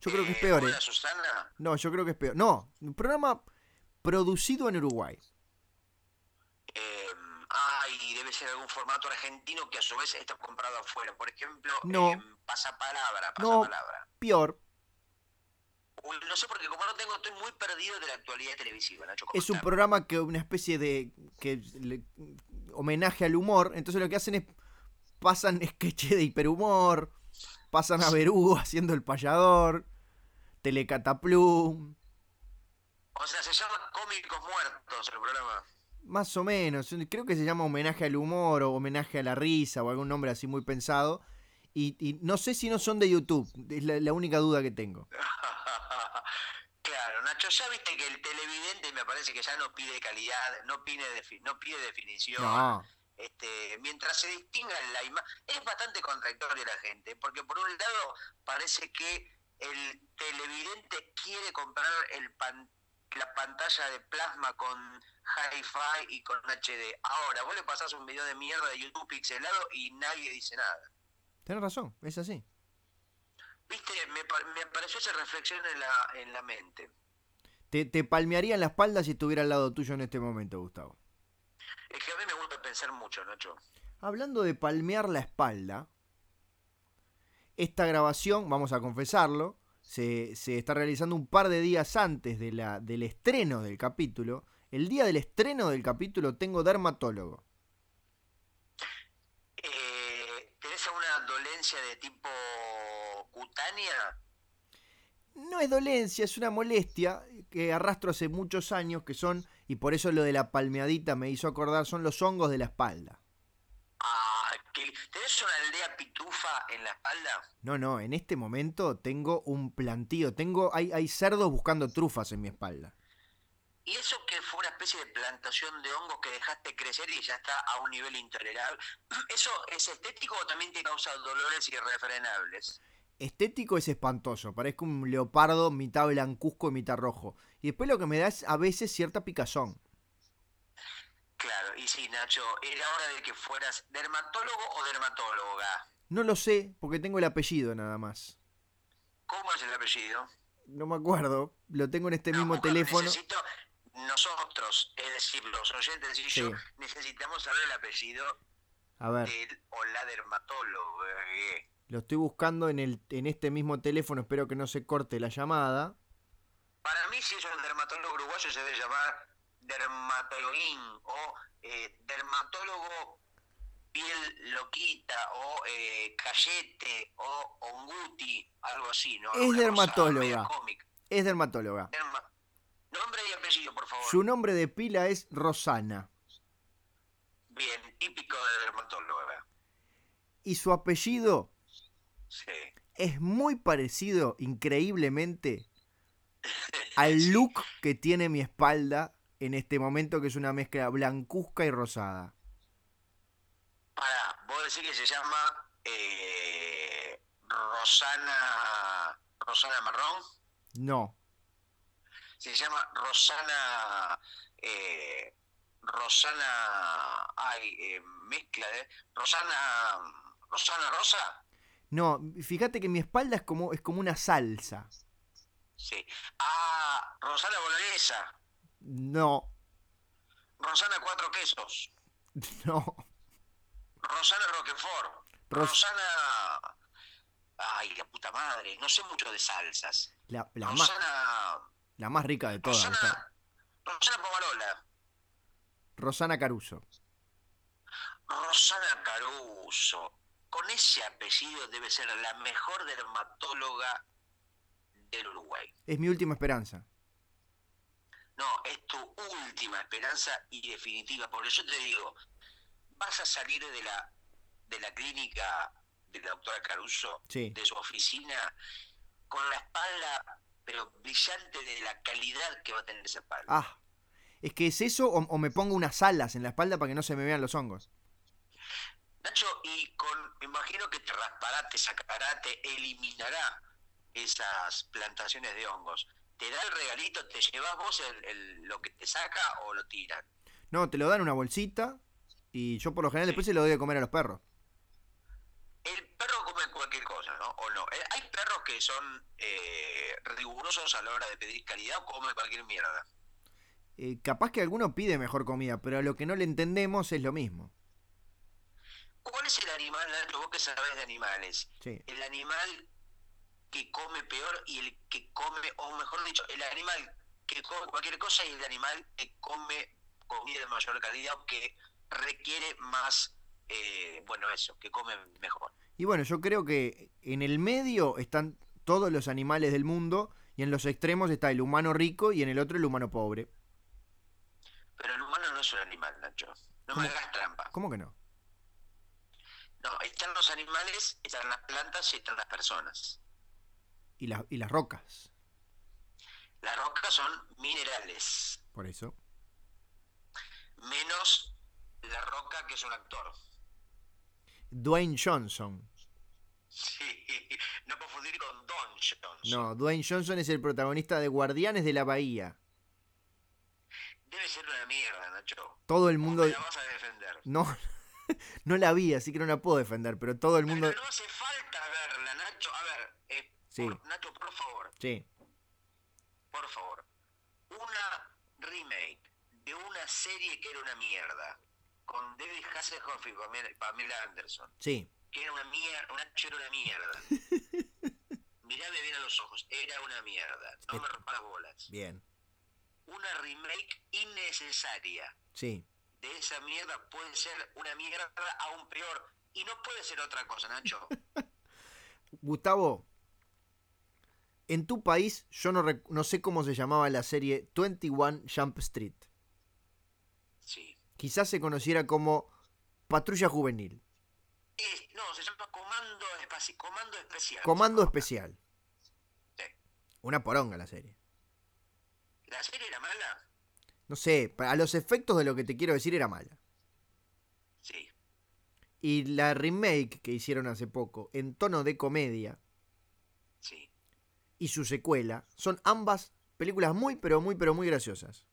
[SPEAKER 1] Yo creo que es
[SPEAKER 2] Eh,
[SPEAKER 1] peor, ¿eh?
[SPEAKER 2] Hola, Susana.
[SPEAKER 1] No, yo creo que es peor. No, un programa producido en Uruguay.
[SPEAKER 2] Eh, ay, debe ser algún formato argentino que a su vez está comprado afuera. Por ejemplo,
[SPEAKER 1] No.
[SPEAKER 2] em, pasapalabra,
[SPEAKER 1] No.
[SPEAKER 2] pasapalabra.
[SPEAKER 1] Peor,
[SPEAKER 2] Uy, No. sé, porque como no tengo, estoy muy perdido de la actualidad televisiva, Nacho.
[SPEAKER 1] es un
[SPEAKER 2] comentame.
[SPEAKER 1] programa que una especie de que le- homenaje al humor. Entonces lo que hacen es pasan sketch de hiperhumor, pasan a Berú haciendo el payador, Telecataplum.
[SPEAKER 2] O sea, se llama Cómicos Muertos el programa.
[SPEAKER 1] Más o menos, creo que se llama homenaje al humor o homenaje a la risa o algún nombre así muy pensado. Y, y no sé si no son de YouTube, es la, la única duda que tengo.
[SPEAKER 2] claro, Nacho, ya viste que el televidente me parece que ya no pide calidad, no pide, defi- no pide definición.
[SPEAKER 1] No,
[SPEAKER 2] Este, mientras se distinga la imagen, es bastante contradictoria la gente, porque por un lado parece que el televidente quiere comprar el pan- la pantalla de plasma con hi-fi y con HD. Ahora, vos le pasás un video de mierda de YouTube pixelado y nadie dice nada.
[SPEAKER 1] tenés razón, es así.
[SPEAKER 2] Viste, me, pa- me apareció esa reflexión en la, en la mente.
[SPEAKER 1] Te, te palmearía en la espalda si estuviera al lado tuyo en este momento, Gustavo.
[SPEAKER 2] Es que a mí me gusta pensar mucho, Nacho.
[SPEAKER 1] Hablando de palmear la espalda, esta grabación, vamos a confesarlo, se, se está realizando un par de días antes de la, del estreno del capítulo. El día del estreno del capítulo tengo dermatólogo.
[SPEAKER 2] Eh, ¿Tenés alguna dolencia de tipo cutánea?
[SPEAKER 1] No es dolencia, es una molestia que arrastro hace muchos años, que son, y por eso lo de la palmeadita me hizo acordar, son los hongos de la espalda.
[SPEAKER 2] Ah, que- ¿Tenés una aldea pitufa en la espalda?
[SPEAKER 1] No, no, en este momento tengo un plantío, tengo, hay, hay cerdos buscando trufas en mi espalda.
[SPEAKER 2] ¿Y eso que fue una especie de plantación de hongos que dejaste crecer y ya está a un nivel intolerable? ¿Eso es estético o también te causa dolores irrefrenables?
[SPEAKER 1] estético es espantoso. Parezco un leopardo mitad blancuzco y mitad rojo. Y después lo que me da es a veces cierta picazón.
[SPEAKER 2] Claro, y sí, Nacho, era hora de que fueras dermatólogo o dermatóloga.
[SPEAKER 1] No lo sé, porque tengo el apellido nada más.
[SPEAKER 2] ¿Cómo es el apellido?
[SPEAKER 1] No me acuerdo. Lo tengo en este
[SPEAKER 2] No,
[SPEAKER 1] mismo
[SPEAKER 2] bueno,
[SPEAKER 1] teléfono.
[SPEAKER 2] Necesito, nosotros, es decir, los oyentes y yo,
[SPEAKER 1] Sí. Ah.
[SPEAKER 2] necesitamos saber el apellido
[SPEAKER 1] A ver,
[SPEAKER 2] del o la eh. dermatóloga.
[SPEAKER 1] lo estoy buscando en, el, en este mismo teléfono. Espero que no se corte la llamada.
[SPEAKER 2] Para mí, si es un dermatólogo uruguayo, se debe llamar dermatologuín o eh, dermatólogo piel loquita o eh, callete o onguti, algo así, ¿no?
[SPEAKER 1] Es
[SPEAKER 2] Alguna cosa
[SPEAKER 1] dermatóloga.
[SPEAKER 2] media cómica.
[SPEAKER 1] Es dermatóloga.
[SPEAKER 2] Derma- Nombre y apellido, por favor.
[SPEAKER 1] Su nombre de pila es Rosana.
[SPEAKER 2] Bien, típico de dermatóloga.
[SPEAKER 1] Y su apellido
[SPEAKER 2] Sí.
[SPEAKER 1] es muy parecido, increíblemente, al look que tiene mi espalda en este momento, que es una mezcla blancuzca y rosada.
[SPEAKER 2] Pará, vos decís que se llama eh, Rosana. Rosana Marrón.
[SPEAKER 1] No,
[SPEAKER 2] Se llama Rosana. eh, Rosana. Ay, eh, mezcla de. Rosana. Rosana Rosa.
[SPEAKER 1] no, fíjate que mi espalda es como, es como una salsa.
[SPEAKER 2] Sí. Ah, Rosana Boloñesa.
[SPEAKER 1] No,
[SPEAKER 2] Rosana Cuatro Quesos.
[SPEAKER 1] no.
[SPEAKER 2] Rosana Roquefort.
[SPEAKER 1] Ros-
[SPEAKER 2] Rosana. Ay, la puta madre. No sé mucho de salsas.
[SPEAKER 1] La, la más,
[SPEAKER 2] Rosana.
[SPEAKER 1] la más rica de todas. Gustavo.
[SPEAKER 2] Rosana. Rosana Pomarola.
[SPEAKER 1] Rosana Caruso.
[SPEAKER 2] Rosana Caruso, con ese apellido debe ser la mejor dermatóloga del Uruguay.
[SPEAKER 1] Es mi última esperanza.
[SPEAKER 2] No, es tu última esperanza y definitiva, porque yo te digo, vas a salir de la, de la clínica de la doctora Caruso,
[SPEAKER 1] Sí.
[SPEAKER 2] de su oficina, con la espalda, pero brillante de la calidad que va a tener esa espalda.
[SPEAKER 1] Ah, es que es eso o, o me pongo unas alas en la espalda para que no se me vean los hongos.
[SPEAKER 2] Nacho, y con, me imagino que te raspará, te sacará, te eliminará esas plantaciones de hongos. ¿Te da el regalito? ¿Te llevas vos el- el- lo que te saca o lo tiran?
[SPEAKER 1] No, te lo dan en una bolsita y yo por lo general después se lo doy de comer a los perros.
[SPEAKER 2] El perro come cualquier cosa, ¿no? ¿O no? Eh, ¿Hay perros que son eh, rigurosos a la hora de pedir calidad o come cualquier mierda?
[SPEAKER 1] Eh, capaz que alguno pide mejor comida, pero a lo que no le entendemos es lo mismo.
[SPEAKER 2] ¿Cuál es el animal, Nacho, vos que sabés de animales?
[SPEAKER 1] Sí.
[SPEAKER 2] el animal que come peor y el que come, o mejor dicho, el animal que come cualquier cosa y el animal que come comida de mayor calidad o que requiere más, eh, bueno, eso, que come mejor.
[SPEAKER 1] Y bueno, yo creo que en el medio están todos los animales del mundo y en los extremos está el humano rico y en el otro el humano pobre.
[SPEAKER 2] Pero el humano no es un animal, Nacho. No me
[SPEAKER 1] ¿Cómo?
[SPEAKER 2] hagas trampa.
[SPEAKER 1] ¿Cómo que no?
[SPEAKER 2] No, están los animales, están las plantas y están las personas.
[SPEAKER 1] Y, las y las rocas,
[SPEAKER 2] Las rocas son minerales,
[SPEAKER 1] por eso.
[SPEAKER 2] menos la roca que es un actor.
[SPEAKER 1] Dwayne Johnson.
[SPEAKER 2] Sí, no confundir con Don Jones.
[SPEAKER 1] No, Dwayne Johnson es el protagonista de Guardianes de la Bahía.
[SPEAKER 2] Debe ser una mierda, Nacho.
[SPEAKER 1] Todo el mundo...
[SPEAKER 2] Me la vas a defender.
[SPEAKER 1] No, no la vi, así que no la puedo defender, pero todo el mundo...
[SPEAKER 2] Pero no hace falta verla, Nacho. A ver, eh,
[SPEAKER 1] Sí.
[SPEAKER 2] por- Nacho, por favor,
[SPEAKER 1] Sí,
[SPEAKER 2] por favor. Una remake de una serie que era una mierda. Con David Hasselhoff y Pamela- Pamela Anderson.
[SPEAKER 1] sí.
[SPEAKER 2] que era una mierda, una, yo era una mierda. Mirame bien a los ojos, era una mierda, no me rompas bolas.
[SPEAKER 1] Bien,
[SPEAKER 2] Una remake innecesaria
[SPEAKER 1] sí.
[SPEAKER 2] de esa mierda puede ser una mierda aún peor y no puede ser otra cosa, Nacho.
[SPEAKER 1] Gustavo, en tu país yo no, rec- no sé cómo se llamaba la serie 21 Jump Street.
[SPEAKER 2] Sí.
[SPEAKER 1] Quizás se conociera como Patrulla Juvenil,
[SPEAKER 2] Es- no, se llama Comando, Espaci- Comando Especial.
[SPEAKER 1] Comando
[SPEAKER 2] Se llama.
[SPEAKER 1] Especial.
[SPEAKER 2] Sí.
[SPEAKER 1] Una poronga la serie.
[SPEAKER 2] ¿La serie era mala?
[SPEAKER 1] No sé, pa- a los efectos de lo que te quiero decir era mala.
[SPEAKER 2] Sí.
[SPEAKER 1] Y la remake que hicieron hace poco, en tono de comedia,
[SPEAKER 2] Sí.
[SPEAKER 1] y su secuela, son ambas películas muy, pero muy, pero muy graciosas.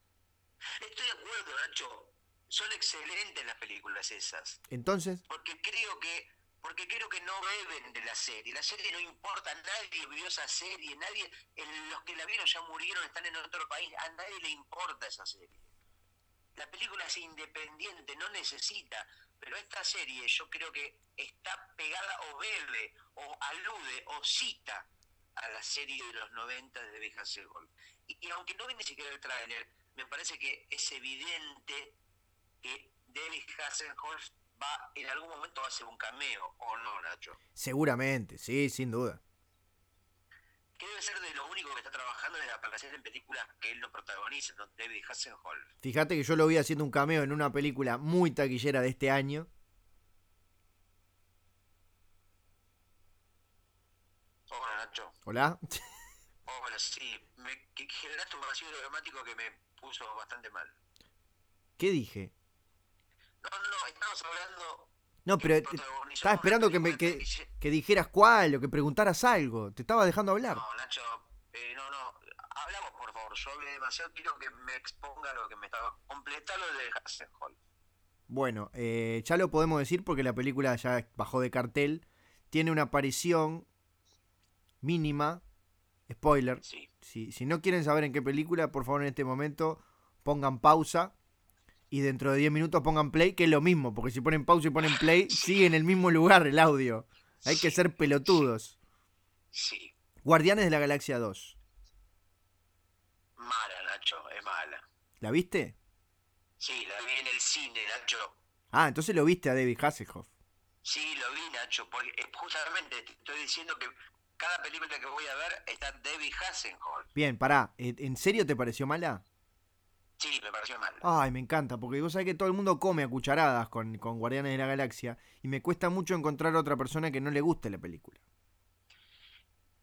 [SPEAKER 2] Estoy de acuerdo, Nacho. Son excelentes las películas esas.
[SPEAKER 1] Entonces,
[SPEAKER 2] porque creo que porque creo que no beben de la serie la serie no importa nadie vio esa serie nadie el- los que la vieron ya murieron están en otro país a nadie le importa esa serie la película es independiente no necesita pero esta serie yo creo que está pegada o bebe o alude o cita a la serie de los 90 de David Hasselhoff y, y aunque no vi ni siquiera el tráiler me parece que es evidente que David Hasselhoff va, en algún momento va a hacer un cameo, ¿o no, Nacho?
[SPEAKER 1] seguramente, sí, sin duda.
[SPEAKER 2] Que debe ser de lo único que está trabajando desde aparecer en películas que él no protagoniza, ¿no? David Hasselhoff.
[SPEAKER 1] Fíjate que yo lo vi haciendo un cameo en una película muy taquillera de este año.
[SPEAKER 2] Hola, Nacho.
[SPEAKER 1] Hola.
[SPEAKER 2] Hola, sí. Me que- que generaste un vacío dramático que me puso bastante mal.
[SPEAKER 1] ¿Qué dije?
[SPEAKER 2] No, no, no, estábamos hablando...
[SPEAKER 1] No,
[SPEAKER 2] que
[SPEAKER 1] pero eh,
[SPEAKER 2] protagonizó
[SPEAKER 1] estaba
[SPEAKER 2] una
[SPEAKER 1] esperando que me
[SPEAKER 2] película
[SPEAKER 1] que,
[SPEAKER 2] taquille-
[SPEAKER 1] que dijeras cuál o que preguntaras algo. Te estaba dejando hablar.
[SPEAKER 2] No, Nacho, eh, no, no. Hablamos, por favor. Yo hablé demasiado. Quiero que me exponga lo que me estaba... Completá lo de Hasselhoff.
[SPEAKER 1] Bueno, eh, ya lo podemos decir porque la película ya bajó de cartel. Tiene una aparición mínima. Spoiler.
[SPEAKER 2] Sí.
[SPEAKER 1] Si, si no quieren saber en qué película, por favor en este momento pongan pausa y dentro de 10 minutos pongan play, que es lo mismo, porque si ponen pausa y ponen play, sigue en el mismo lugar el audio. Hay que ser pelotudos.
[SPEAKER 2] Sí.
[SPEAKER 1] Guardianes de la Galaxia 2.
[SPEAKER 2] Mala, Nacho. Es mala.
[SPEAKER 1] ¿La viste?
[SPEAKER 2] Sí, la vi en el cine, Nacho.
[SPEAKER 1] Ah, entonces lo viste a David Hasselhoff.
[SPEAKER 2] Sí, lo vi, Nacho. Porque eh, justamente te estoy diciendo que cada película que voy a ver está David Hasselhoff.
[SPEAKER 1] Bien, pará. ¿En en serio te pareció mala?
[SPEAKER 2] Sí, me pareció mal.
[SPEAKER 1] Ay, me encanta, porque vos sabés que todo el mundo come a cucharadas con, con Guardianes de la Galaxia y me cuesta mucho encontrar a otra persona que no le guste la película.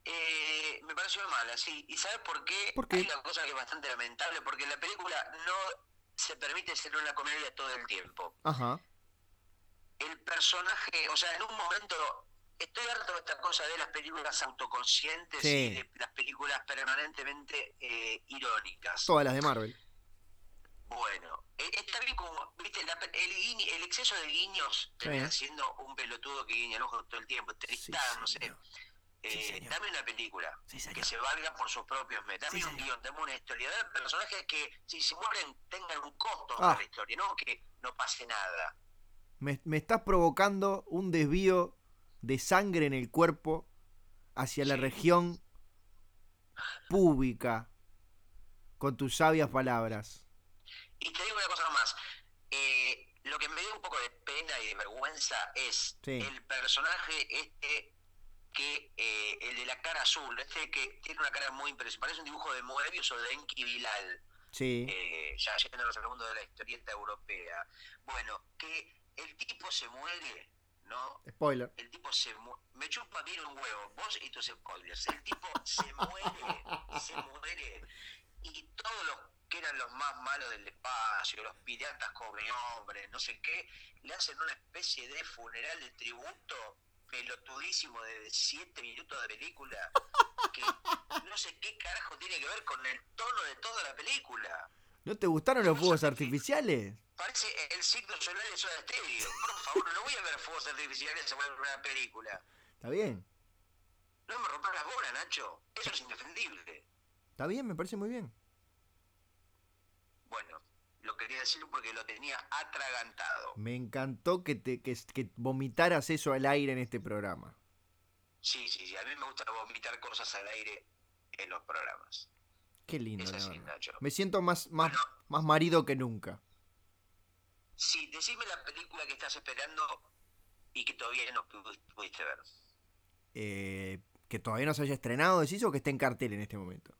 [SPEAKER 2] Eh, me pareció mala, sí. ¿Y sabes por qué?
[SPEAKER 1] ¿Por qué?
[SPEAKER 2] Hay una cosa que es bastante lamentable, porque la película no se permite ser una comedia todo el tiempo.
[SPEAKER 1] Ajá.
[SPEAKER 2] El personaje, o sea, en un momento... Estoy harto de esta cosa de las películas autoconscientes
[SPEAKER 1] Sí.
[SPEAKER 2] y de las películas permanentemente eh, irónicas.
[SPEAKER 1] Todas las de Marvel.
[SPEAKER 2] Bueno, eh, está bien como, viste, la pe- el, guiño- el exceso de guiños termina siendo un pelotudo que guiña el ojo todo el tiempo, Tristán, no sé.
[SPEAKER 1] señor. Sí,
[SPEAKER 2] Eh,
[SPEAKER 1] señor.
[SPEAKER 2] dame una película
[SPEAKER 1] Sí, señor.
[SPEAKER 2] que se valga por sus propios medios. Dame
[SPEAKER 1] Sí,
[SPEAKER 2] un
[SPEAKER 1] señor.
[SPEAKER 2] guión, dame una historia. Dame personajes que, si se mueren, tengan un costo
[SPEAKER 1] Ah.
[SPEAKER 2] a la historia, no que no pase nada.
[SPEAKER 1] Me, me estás provocando un desvío de sangre en el cuerpo hacia la
[SPEAKER 2] Sí.
[SPEAKER 1] región pública con tus sabias palabras.
[SPEAKER 2] Y te digo una cosa más. eh, lo que me dio un poco de pena y de vergüenza es
[SPEAKER 1] Sí.
[SPEAKER 2] el personaje este que eh, el de la cara azul, este que tiene una cara muy impresionante, parece un dibujo de Moebius o de Enki Bilal,
[SPEAKER 1] Sí.
[SPEAKER 2] eh, ya yéndonos al mundo de la historieta europea. Bueno, que el tipo se muere, ¿no?
[SPEAKER 1] Spoiler.
[SPEAKER 2] El tipo se muere. Me chupa bien un huevo, vos y tus spoilers. El tipo se muere, se muere. Y todos los que eran los más malos del espacio, los piratas cobre hombre, no sé qué, le hacen una especie de funeral de tributo pelotudísimo de 7 minutos de película que no sé qué carajo tiene que ver con el tono de toda la película.
[SPEAKER 1] ¿No te gustaron los fuegos artificiales?
[SPEAKER 2] Parece el ciclo solar de Soda Stereo. Por favor, no voy a ver fuegos artificiales en una película.
[SPEAKER 1] Está bien.
[SPEAKER 2] No me rompas las bolas, Nacho. Eso es indefendible.
[SPEAKER 1] Está bien, me parece muy bien.
[SPEAKER 2] Bueno, lo quería decir porque lo tenía atragantado.
[SPEAKER 1] Me encantó que te que, que vomitaras eso al aire en este programa.
[SPEAKER 2] Sí, sí, sí. A mí me gusta vomitar cosas al aire en los programas.
[SPEAKER 1] Qué lindo,
[SPEAKER 2] Es
[SPEAKER 1] la
[SPEAKER 2] así,
[SPEAKER 1] verdad.
[SPEAKER 2] Nacho.
[SPEAKER 1] Me siento más, más,
[SPEAKER 2] Bueno.
[SPEAKER 1] más marido que nunca.
[SPEAKER 2] Sí, decime la película que estás esperando y que todavía no pu- pudiste ver.
[SPEAKER 1] Eh, que todavía no se haya estrenado, decís, o que esté en cartel en este momento.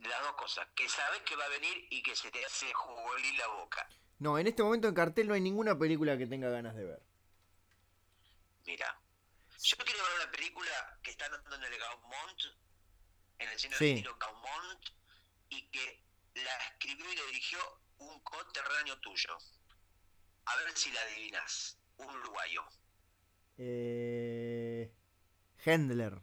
[SPEAKER 2] Las dos cosas. Que sabes que va a venir y que se te hace jugolín la boca.
[SPEAKER 1] No, en este momento en cartel no hay ninguna película que tenga ganas de ver.
[SPEAKER 2] Mira, yo quiero ver una película que está dando en el Gaumont, en el cine
[SPEAKER 1] Sí.
[SPEAKER 2] argentino Gaumont, y que la escribió y la dirigió un coterráneo tuyo. A ver si la adivinas. Un uruguayo.
[SPEAKER 1] Eh, Handler.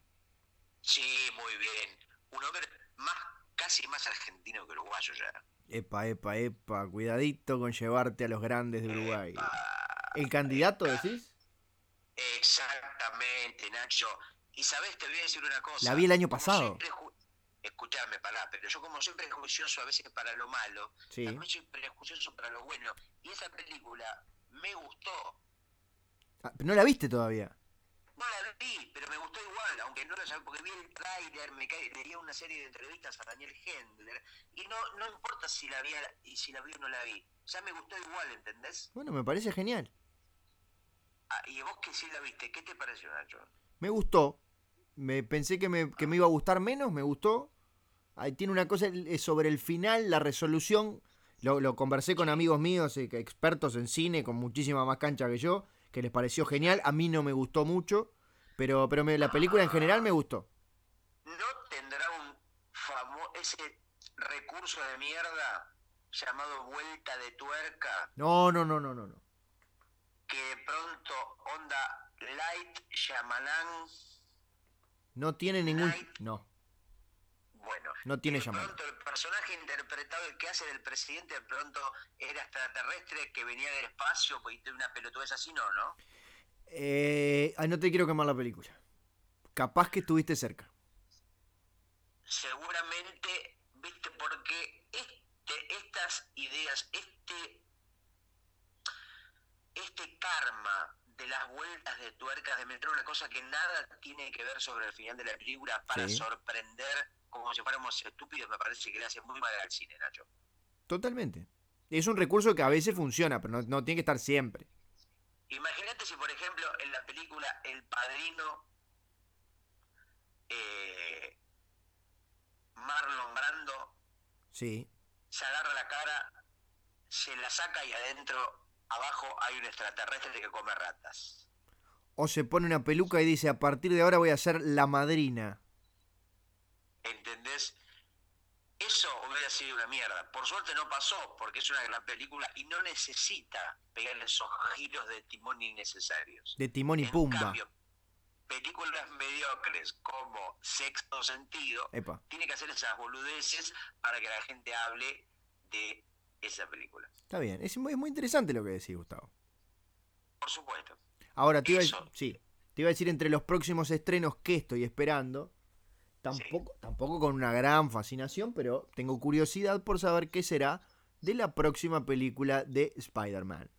[SPEAKER 2] Sí, muy bien. Un hombre más, casi más argentino que uruguayo ya.
[SPEAKER 1] Epa, epa, epa. Cuidadito con llevarte a los grandes de Uruguay.
[SPEAKER 2] Epa.
[SPEAKER 1] ¿El candidato decís?
[SPEAKER 2] Exactamente, Nacho. Y sabes, te voy a decir una cosa.
[SPEAKER 1] La vi el año
[SPEAKER 2] Como
[SPEAKER 1] pasado.
[SPEAKER 2] siempre ju- Escuchame, pará, pero yo como soy prejuicioso a veces para lo malo,
[SPEAKER 1] Sí.
[SPEAKER 2] también soy prejuicioso para lo bueno. Y esa película me gustó.
[SPEAKER 1] Ah, pero no la viste todavía.
[SPEAKER 2] No la vi, pero me gustó igual, aunque no la sabía, porque vi el tráiler, me cae- leía una serie de entrevistas a Daniel Hendler, y no, no importa si la vi a- y si la vi o no la vi, ya me gustó igual, ¿entendés?
[SPEAKER 1] Bueno, me parece genial.
[SPEAKER 2] Ah, y vos que sí la viste, ¿qué te pareció, Nacho?
[SPEAKER 1] Me gustó. Me pensé que me, que me iba a gustar menos, me gustó. Ahí tiene una cosa eh, sobre el final, la resolución. Lo, lo conversé con amigos míos, eh, que- expertos en cine, con muchísima más cancha que yo, que les pareció genial. A mí no me gustó mucho, pero, pero me- la película en general me gustó.
[SPEAKER 2] ¿No tendrá un famoso, ese recurso de mierda llamado vuelta de tuerca?
[SPEAKER 1] No, no, no, no, no. no.
[SPEAKER 2] que de pronto onda Light Shyamalan,
[SPEAKER 1] No tiene ningún... No.
[SPEAKER 2] bueno,
[SPEAKER 1] No tiene
[SPEAKER 2] que de
[SPEAKER 1] Shyamalan.
[SPEAKER 2] pronto el personaje interpretado el que hace del presidente de pronto era extraterrestre que venía del espacio pues, y tiene una pelotudez así, no, ¿no?
[SPEAKER 1] Eh, ay, no te quiero quemar la película. Capaz que estuviste cerca.
[SPEAKER 2] Seguramente, viste, porque este, estas ideas, este, este karma de las vueltas de tuercas de meter una cosa que nada tiene que ver sobre el final de la película para
[SPEAKER 1] Sí.
[SPEAKER 2] sorprender como si fuéramos estúpidos, me parece que le hace muy mal al cine, Nacho.
[SPEAKER 1] Totalmente. Es un recurso que a veces funciona, pero no, no tiene que estar siempre.
[SPEAKER 2] Imagínate si, por ejemplo, en la película El Padrino, eh, Marlon Brando
[SPEAKER 1] Sí.
[SPEAKER 2] se agarra la cara, se la saca y adentro, abajo, hay un extraterrestre que come ratas.
[SPEAKER 1] O se pone una peluca y dice, a partir de ahora voy a ser la madrina.
[SPEAKER 2] ¿Entendés? Eso hubiera sido una mierda. Por suerte no pasó, porque es una gran película y no necesita pegarle esos giros de timón innecesarios.
[SPEAKER 1] De Timón y
[SPEAKER 2] En
[SPEAKER 1] Pumba.
[SPEAKER 2] cambio, películas mediocres como Sexto Sentido
[SPEAKER 1] Epa.
[SPEAKER 2] tiene que hacer esas boludeces para que la gente hable de esa película.
[SPEAKER 1] Está bien. Es muy, es muy interesante lo que decís, Gustavo.
[SPEAKER 2] Por supuesto.
[SPEAKER 1] Ahora, te iba, a,
[SPEAKER 2] Eso.
[SPEAKER 1] sí, te iba a decir entre los próximos estrenos que estoy esperando. Tampoco, tampoco con una gran fascinación, pero tengo curiosidad por saber qué será de la próxima película de Spider-Man.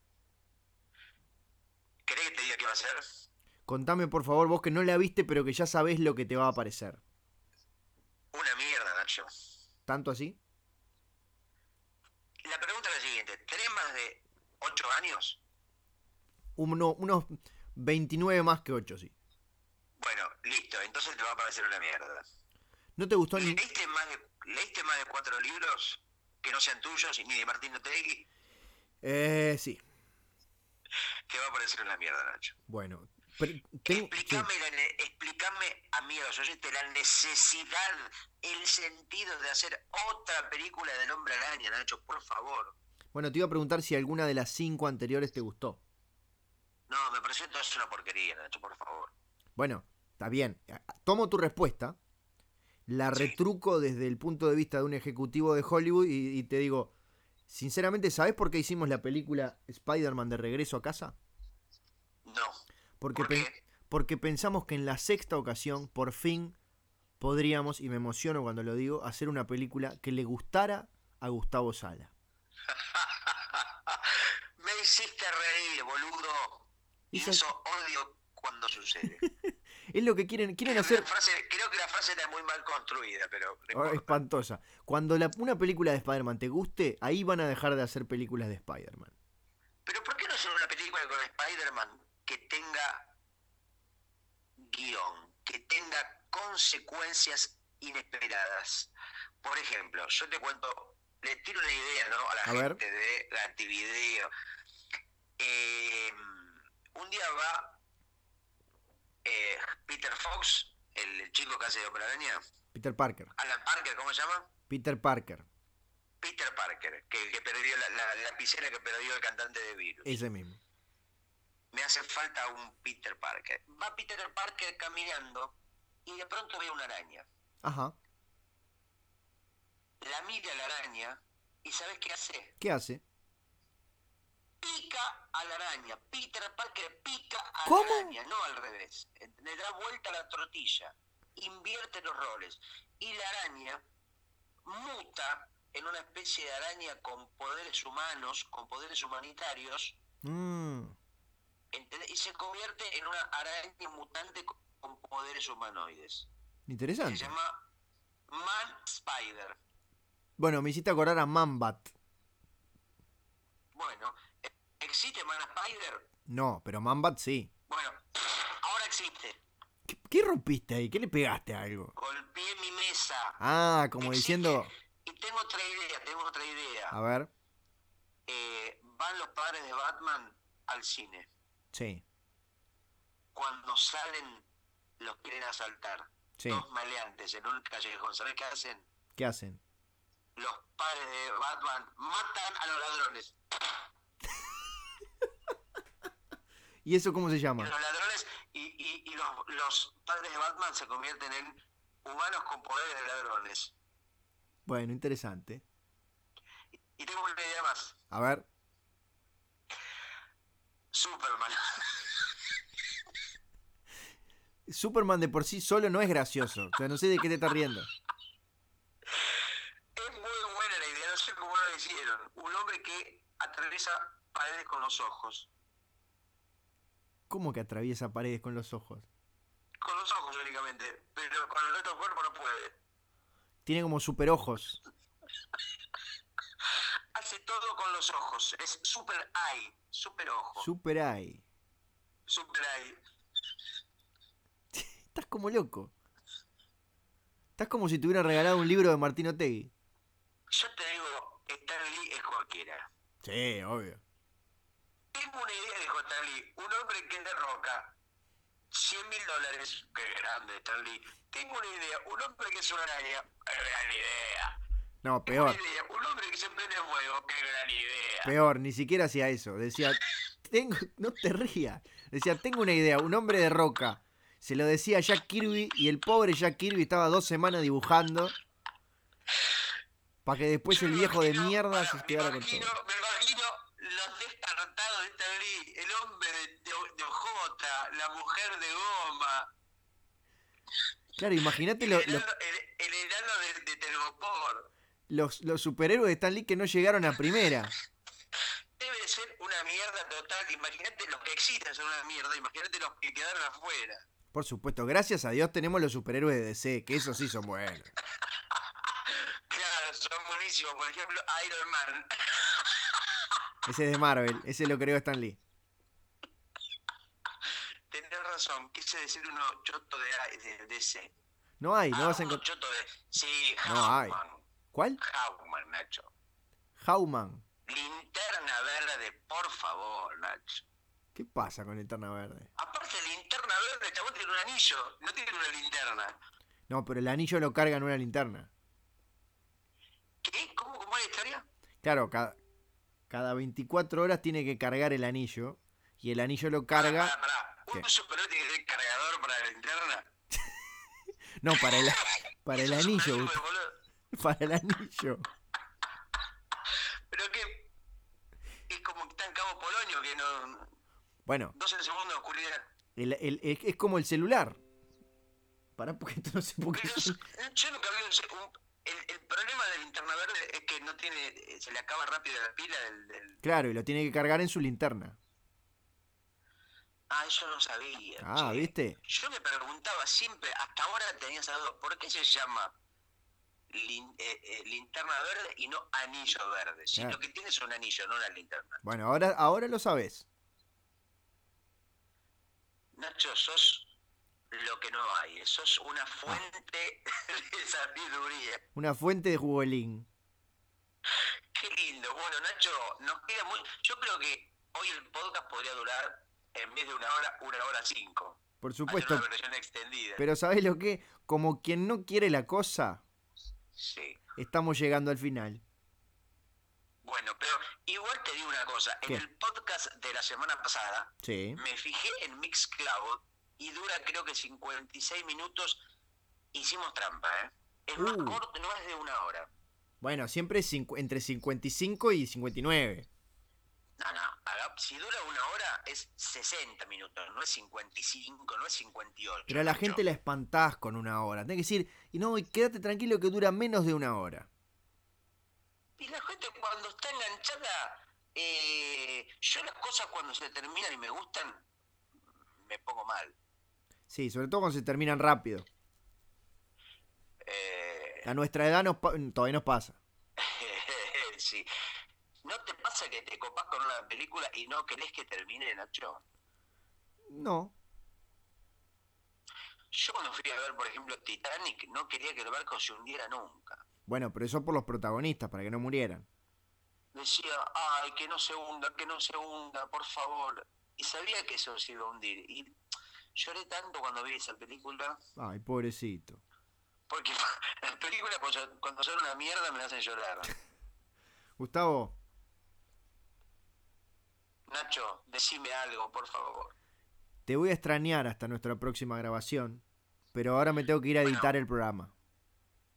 [SPEAKER 2] ¿Querés que te diga qué va a ser?
[SPEAKER 1] Contame por favor, vos que no la viste, pero que ya sabés lo que te va a aparecer.
[SPEAKER 2] Una mierda, Nacho.
[SPEAKER 1] ¿Tanto así?
[SPEAKER 2] La pregunta es la siguiente. ¿Tenés más de 8 años?
[SPEAKER 1] Uno- unos 29 más que 8, sí.
[SPEAKER 2] Bueno, entonces te va a parecer una mierda.
[SPEAKER 1] ¿No te gustó ni,
[SPEAKER 2] ¿Leíste más de, leíste más de cuatro libros que no sean tuyos y ni de Martín Otegui?
[SPEAKER 1] Eh, sí.
[SPEAKER 2] Te va a parecer una mierda, Nacho.
[SPEAKER 1] Bueno, pero tengo-
[SPEAKER 2] explícame,
[SPEAKER 1] sí.
[SPEAKER 2] la ne- explícame a mí, a los oyentes, la necesidad, el sentido de hacer otra película del Hombre Araña, Nacho, por favor.
[SPEAKER 1] Bueno, te iba a preguntar si alguna de las cinco anteriores te gustó.
[SPEAKER 2] No, me pareció entonces una porquería, Nacho, por favor.
[SPEAKER 1] Bueno, está bien. Tomo tu respuesta, la
[SPEAKER 2] Sí.
[SPEAKER 1] retruco desde el punto de vista de un ejecutivo de Hollywood y, y te digo, sinceramente, ¿sabes por qué hicimos la película Spider-Man de regreso a casa?
[SPEAKER 2] No.
[SPEAKER 1] Porque,
[SPEAKER 2] ¿Por
[SPEAKER 1] pen-
[SPEAKER 2] qué?
[SPEAKER 1] porque pensamos que en la sexta ocasión, por fin, podríamos, y me emociono cuando lo digo, hacer una película que le gustara a Gustavo Sala.
[SPEAKER 2] me hiciste reír, boludo. Y
[SPEAKER 1] Hizo-
[SPEAKER 2] eso odio cuando sucede.
[SPEAKER 1] Es lo que quieren, quieren
[SPEAKER 2] Creo que
[SPEAKER 1] hacer...
[SPEAKER 2] la frase- creo que la frase era muy mal construida, pero no
[SPEAKER 1] Ah,
[SPEAKER 2] importa.
[SPEAKER 1] espantosa. Cuando la- una película de Spider-Man te guste, ahí van a dejar de hacer películas de Spider-Man.
[SPEAKER 2] Pero ¿por qué no hacer una película con Spider-Man que tenga guión, que tenga consecuencias inesperadas? Por ejemplo, yo te cuento, le tiro una idea ¿no? a la
[SPEAKER 1] A ver.
[SPEAKER 2] gente de Gativideo. Eh, un día va eh, Peter Fox, el, el chico que hace de Hombre Araña,
[SPEAKER 1] Peter Parker.
[SPEAKER 2] Alan Parker, ¿cómo se llama?
[SPEAKER 1] Peter Parker.
[SPEAKER 2] Peter Parker, que, que perdió la, la, la lapicera que perdió el cantante de Virus.
[SPEAKER 1] Ese mismo.
[SPEAKER 2] me hace falta un Peter Parker. Va Peter Parker caminando y de pronto ve una araña.
[SPEAKER 1] Ajá.
[SPEAKER 2] La mira la araña y ¿sabes qué hace?
[SPEAKER 1] ¿Qué hace?
[SPEAKER 2] Pica a la araña. Peter Parker pica a
[SPEAKER 1] ¿Cómo?
[SPEAKER 2] la araña, no al revés. Le da vuelta a la tortilla, invierte los roles. Y la araña muta en una especie de araña con poderes humanos, con poderes humanitarios,
[SPEAKER 1] Mm,
[SPEAKER 2] ¿entendés? y se convierte en una araña mutante con- con poderes humanoides. Se
[SPEAKER 1] interesante.
[SPEAKER 2] llama Man Spider.
[SPEAKER 1] Bueno, me hiciste acordar a Mambat.
[SPEAKER 2] Bueno, ¿e- ¿existe Man Spider?
[SPEAKER 1] No, pero Mambat sí.
[SPEAKER 2] Bueno, ahora existe.
[SPEAKER 1] ¿Qué, qué rompiste ahí? ¿Qué le pegaste a algo?
[SPEAKER 2] Golpeé mi mesa.
[SPEAKER 1] Ah, como
[SPEAKER 2] Existe.
[SPEAKER 1] diciendo.
[SPEAKER 2] Y tengo otra idea, tengo otra
[SPEAKER 1] A
[SPEAKER 2] idea.
[SPEAKER 1] ver.
[SPEAKER 2] Eh, van los padres de Batman al cine.
[SPEAKER 1] Sí,
[SPEAKER 2] Cuando salen, los quieren asaltar.
[SPEAKER 1] sí.
[SPEAKER 2] Dos maleantes en un callejón. ¿Sabes qué hacen?
[SPEAKER 1] ¿Qué hacen?
[SPEAKER 2] Los padres de Batman matan a los ladrones.
[SPEAKER 1] ¿Y eso cómo se
[SPEAKER 2] Y
[SPEAKER 1] llama?
[SPEAKER 2] los ladrones y, y- y los, los padres de Batman se convierten en humanos con poderes de ladrones.
[SPEAKER 1] Bueno, interesante.
[SPEAKER 2] Y tengo una idea más.
[SPEAKER 1] A ver.
[SPEAKER 2] Superman.
[SPEAKER 1] Superman de por sí solo no es gracioso. O sea, no sé de qué te estás riendo.
[SPEAKER 2] Es muy buena la idea, no sé cómo lo hicieron. Un hombre que atraviesa paredes con los ojos.
[SPEAKER 1] ¿Cómo que atraviesa paredes con los ojos?
[SPEAKER 2] Con los ojos únicamente, pero con el resto del cuerpo no puede.
[SPEAKER 1] Tiene como super ojos.
[SPEAKER 2] Hace todo con los ojos. Es super eye, super ojo,
[SPEAKER 1] Super eye.
[SPEAKER 2] super eye.
[SPEAKER 1] Estás como loco. Estás como si te hubiera regalado un libro de Martín Otegui.
[SPEAKER 2] Yo te digo, Stan Lee es cualquiera.
[SPEAKER 1] Sí, obvio.
[SPEAKER 2] Tengo una idea de Stan Lee. Un hombre que derroca 100 mil dólares. Qué grande, Stan Lee. Tengo una idea. Un hombre que es una araña. Qué gran idea.
[SPEAKER 1] No, peor,
[SPEAKER 2] Una idea. Un hombre que se prende fuego. Qué gran idea.
[SPEAKER 1] peor, ni siquiera hacía eso. Decía, tengo, no te rías. Decía, tengo una idea, un hombre de roca. Se lo decía a Jack Kirby y el pobre Jack Kirby estaba dos semanas dibujando. Para que después
[SPEAKER 2] Yo
[SPEAKER 1] el
[SPEAKER 2] me
[SPEAKER 1] viejo de
[SPEAKER 2] imagino-
[SPEAKER 1] mierda
[SPEAKER 2] pará,
[SPEAKER 1] se
[SPEAKER 2] me
[SPEAKER 1] quedara con
[SPEAKER 2] imagino-
[SPEAKER 1] todo.
[SPEAKER 2] Me imagino los descartados de Stan Lee, el hombre de, de- de Ojota, la mujer de goma,
[SPEAKER 1] Claro, imagínate
[SPEAKER 2] el,
[SPEAKER 1] Este lo- los,
[SPEAKER 2] enano, el- el enano de, de Telgopor.
[SPEAKER 1] los- los superhéroes de Stan Lee que no llegaron a primera.
[SPEAKER 2] Debe de ser una mierda total. Imagínate los que existen son una mierda. Imagínate los que quedaron afuera.
[SPEAKER 1] Por supuesto, gracias a Dios tenemos los superhéroes de DC, que esos sí son buenos.
[SPEAKER 2] Claro, son buenísimos. Por ejemplo, Iron Man.
[SPEAKER 1] Ese es de Marvel, ese lo creó Stan Lee.
[SPEAKER 2] Tenés razón, quise decir uno choto de, A- de, de C.
[SPEAKER 1] No hay,
[SPEAKER 2] Ah,
[SPEAKER 1] no vas a
[SPEAKER 2] uno
[SPEAKER 1] encontrar.
[SPEAKER 2] choto de... Sí,
[SPEAKER 1] No hay.
[SPEAKER 2] Hauman.
[SPEAKER 1] ¿Cuál?
[SPEAKER 2] Hauman, Nacho.
[SPEAKER 1] Hauman.
[SPEAKER 2] Linterna verde, por favor, Nacho.
[SPEAKER 1] ¿Qué pasa con Linterna Verde?
[SPEAKER 2] Aparte, linterna verde, el chabón tiene un anillo, no tiene una linterna.
[SPEAKER 1] No, pero el anillo lo carga en una linterna.
[SPEAKER 2] ¿Qué? ¿Cómo, cómo es la historia?
[SPEAKER 1] Claro, cada, cada 24 horas tiene que cargar el anillo. Y el anillo lo carga.
[SPEAKER 2] Pará, pará, pará.
[SPEAKER 1] ¿Qué?
[SPEAKER 2] ¿Un superhéroe tiene que tener cargador para la linterna?
[SPEAKER 1] No, para el, para el
[SPEAKER 2] Eso es un
[SPEAKER 1] anillo,
[SPEAKER 2] superhéroe,
[SPEAKER 1] Gustavo,
[SPEAKER 2] boludo.
[SPEAKER 1] Para el anillo.
[SPEAKER 2] Pero que... Es como que está en Cabo Polonio, que no...
[SPEAKER 1] Bueno,
[SPEAKER 2] 12 segundos de oscuridad.
[SPEAKER 1] el- el- es, es como el celular. Pará, porque esto no sé por qué.
[SPEAKER 2] Pero
[SPEAKER 1] son-
[SPEAKER 2] yo- yo nunca vi un... se- un- el, el problema de linterna verde es que no tiene... eh, Se le acaba rápido la pila del... del-
[SPEAKER 1] Claro, y lo tiene que cargar en su linterna.
[SPEAKER 2] Ah, eso no sabía.
[SPEAKER 1] Ah,
[SPEAKER 2] che.
[SPEAKER 1] ¿viste?
[SPEAKER 2] Yo me preguntaba siempre, hasta ahora tenía esa duda, ¿por qué se llama lin- eh, eh, linterna verde y no anillo verde? Si
[SPEAKER 1] Claro.
[SPEAKER 2] lo que tiene es un anillo, no una linterna.
[SPEAKER 1] Bueno, ahora, ahora lo sabes.
[SPEAKER 2] Nacho, sos lo que no hay, sos una fuente de sabiduría.
[SPEAKER 1] Una fuente de jugolín.
[SPEAKER 2] Qué lindo. Bueno, Nacho, nos queda muy... Yo creo que hoy el podcast podría durar, en vez de una hora, una hora cinco.
[SPEAKER 1] Por
[SPEAKER 2] Hacer
[SPEAKER 1] supuesto.
[SPEAKER 2] una versión extendida.
[SPEAKER 1] Pero ¿sabés lo que? Como quien no quiere la cosa,
[SPEAKER 2] Sí.
[SPEAKER 1] estamos llegando al final.
[SPEAKER 2] Bueno, pero igual te digo una cosa.
[SPEAKER 1] ¿Qué?
[SPEAKER 2] En el podcast de la semana pasada,
[SPEAKER 1] Sí.
[SPEAKER 2] Me fijé en Mixcloud y dura creo que 56 minutos. Hicimos trampa, ¿eh? Es más
[SPEAKER 1] Uh.
[SPEAKER 2] corto, no es de una hora.
[SPEAKER 1] Bueno, siempre cincu- entre 55 y 59.
[SPEAKER 2] No, no, haga- si dura una hora es 60 minutos, no es 55, no es 58.
[SPEAKER 1] Pero a la
[SPEAKER 2] Nacho.
[SPEAKER 1] gente la espantás con una hora. Tenés que decir, y no, y quédate tranquilo que dura menos de una hora.
[SPEAKER 2] Y la gente cuando está enganchada, eh, yo las cosas cuando se terminan y me gustan, me pongo mal.
[SPEAKER 1] Sí, sobre todo cuando se terminan rápido.
[SPEAKER 2] Eh,
[SPEAKER 1] A nuestra edad nos pa- todavía nos pasa.
[SPEAKER 2] sí. ¿No te pasa que te copás con una película y no querés que termine, Nacho?
[SPEAKER 1] No.
[SPEAKER 2] Yo cuando fui a ver, por ejemplo, Titanic, no quería que el barco se hundiera nunca.
[SPEAKER 1] Bueno, pero eso por los protagonistas, para que no murieran.
[SPEAKER 2] Decía, ay, que no se hunda, que no se hunda, por favor. Y sabía que eso se iba a hundir. Y lloré tanto cuando vi esa película,
[SPEAKER 1] Ay, pobrecito.
[SPEAKER 2] porque las películas cuando- cuando son una mierda me hacen llorar.
[SPEAKER 1] Gustavo,
[SPEAKER 2] Nacho, decime algo, por favor.
[SPEAKER 1] te voy a extrañar hasta nuestra próxima grabación, pero ahora me tengo que ir a editar el programa.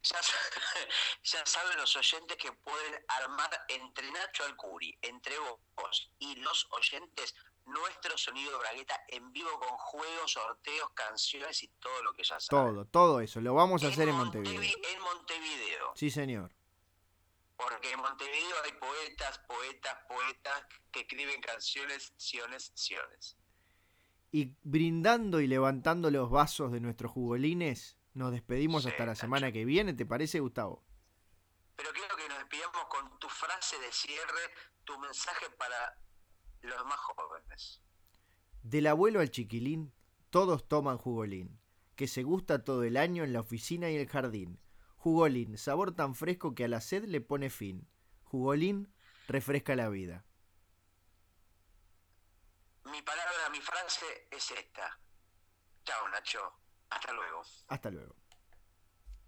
[SPEAKER 2] Ya, sa- ya saben los oyentes que pueden armar entre Nacho Alcuri, entre vos y los oyentes, nuestro sonido de bragueta en vivo con juegos, sorteos, canciones y todo lo que ya saben.
[SPEAKER 1] Todo, todo eso. Lo vamos a hacer en Montevideo.
[SPEAKER 2] Montevi- En Montevideo.
[SPEAKER 1] Sí, señor.
[SPEAKER 2] Porque en Montevideo hay poetas, poetas, poetas que escriben canciones, siones, siones.
[SPEAKER 1] Y brindando y levantando los vasos de nuestros jugolines, nos despedimos
[SPEAKER 2] Sí,
[SPEAKER 1] hasta la
[SPEAKER 2] Nacho.
[SPEAKER 1] semana que viene, ¿te parece, Gustavo?
[SPEAKER 2] Pero quiero que nos despidamos con tu frase de cierre, tu mensaje para los más jóvenes.
[SPEAKER 1] Del abuelo al chiquilín, todos toman jugolín, que se gusta todo el año en la oficina y el jardín. Jugolín, sabor tan fresco que a la sed le pone fin. Jugolín refresca la vida.
[SPEAKER 2] Mi palabra, mi frase es esta. Chao, Nacho. Hasta luego.
[SPEAKER 1] Hasta luego.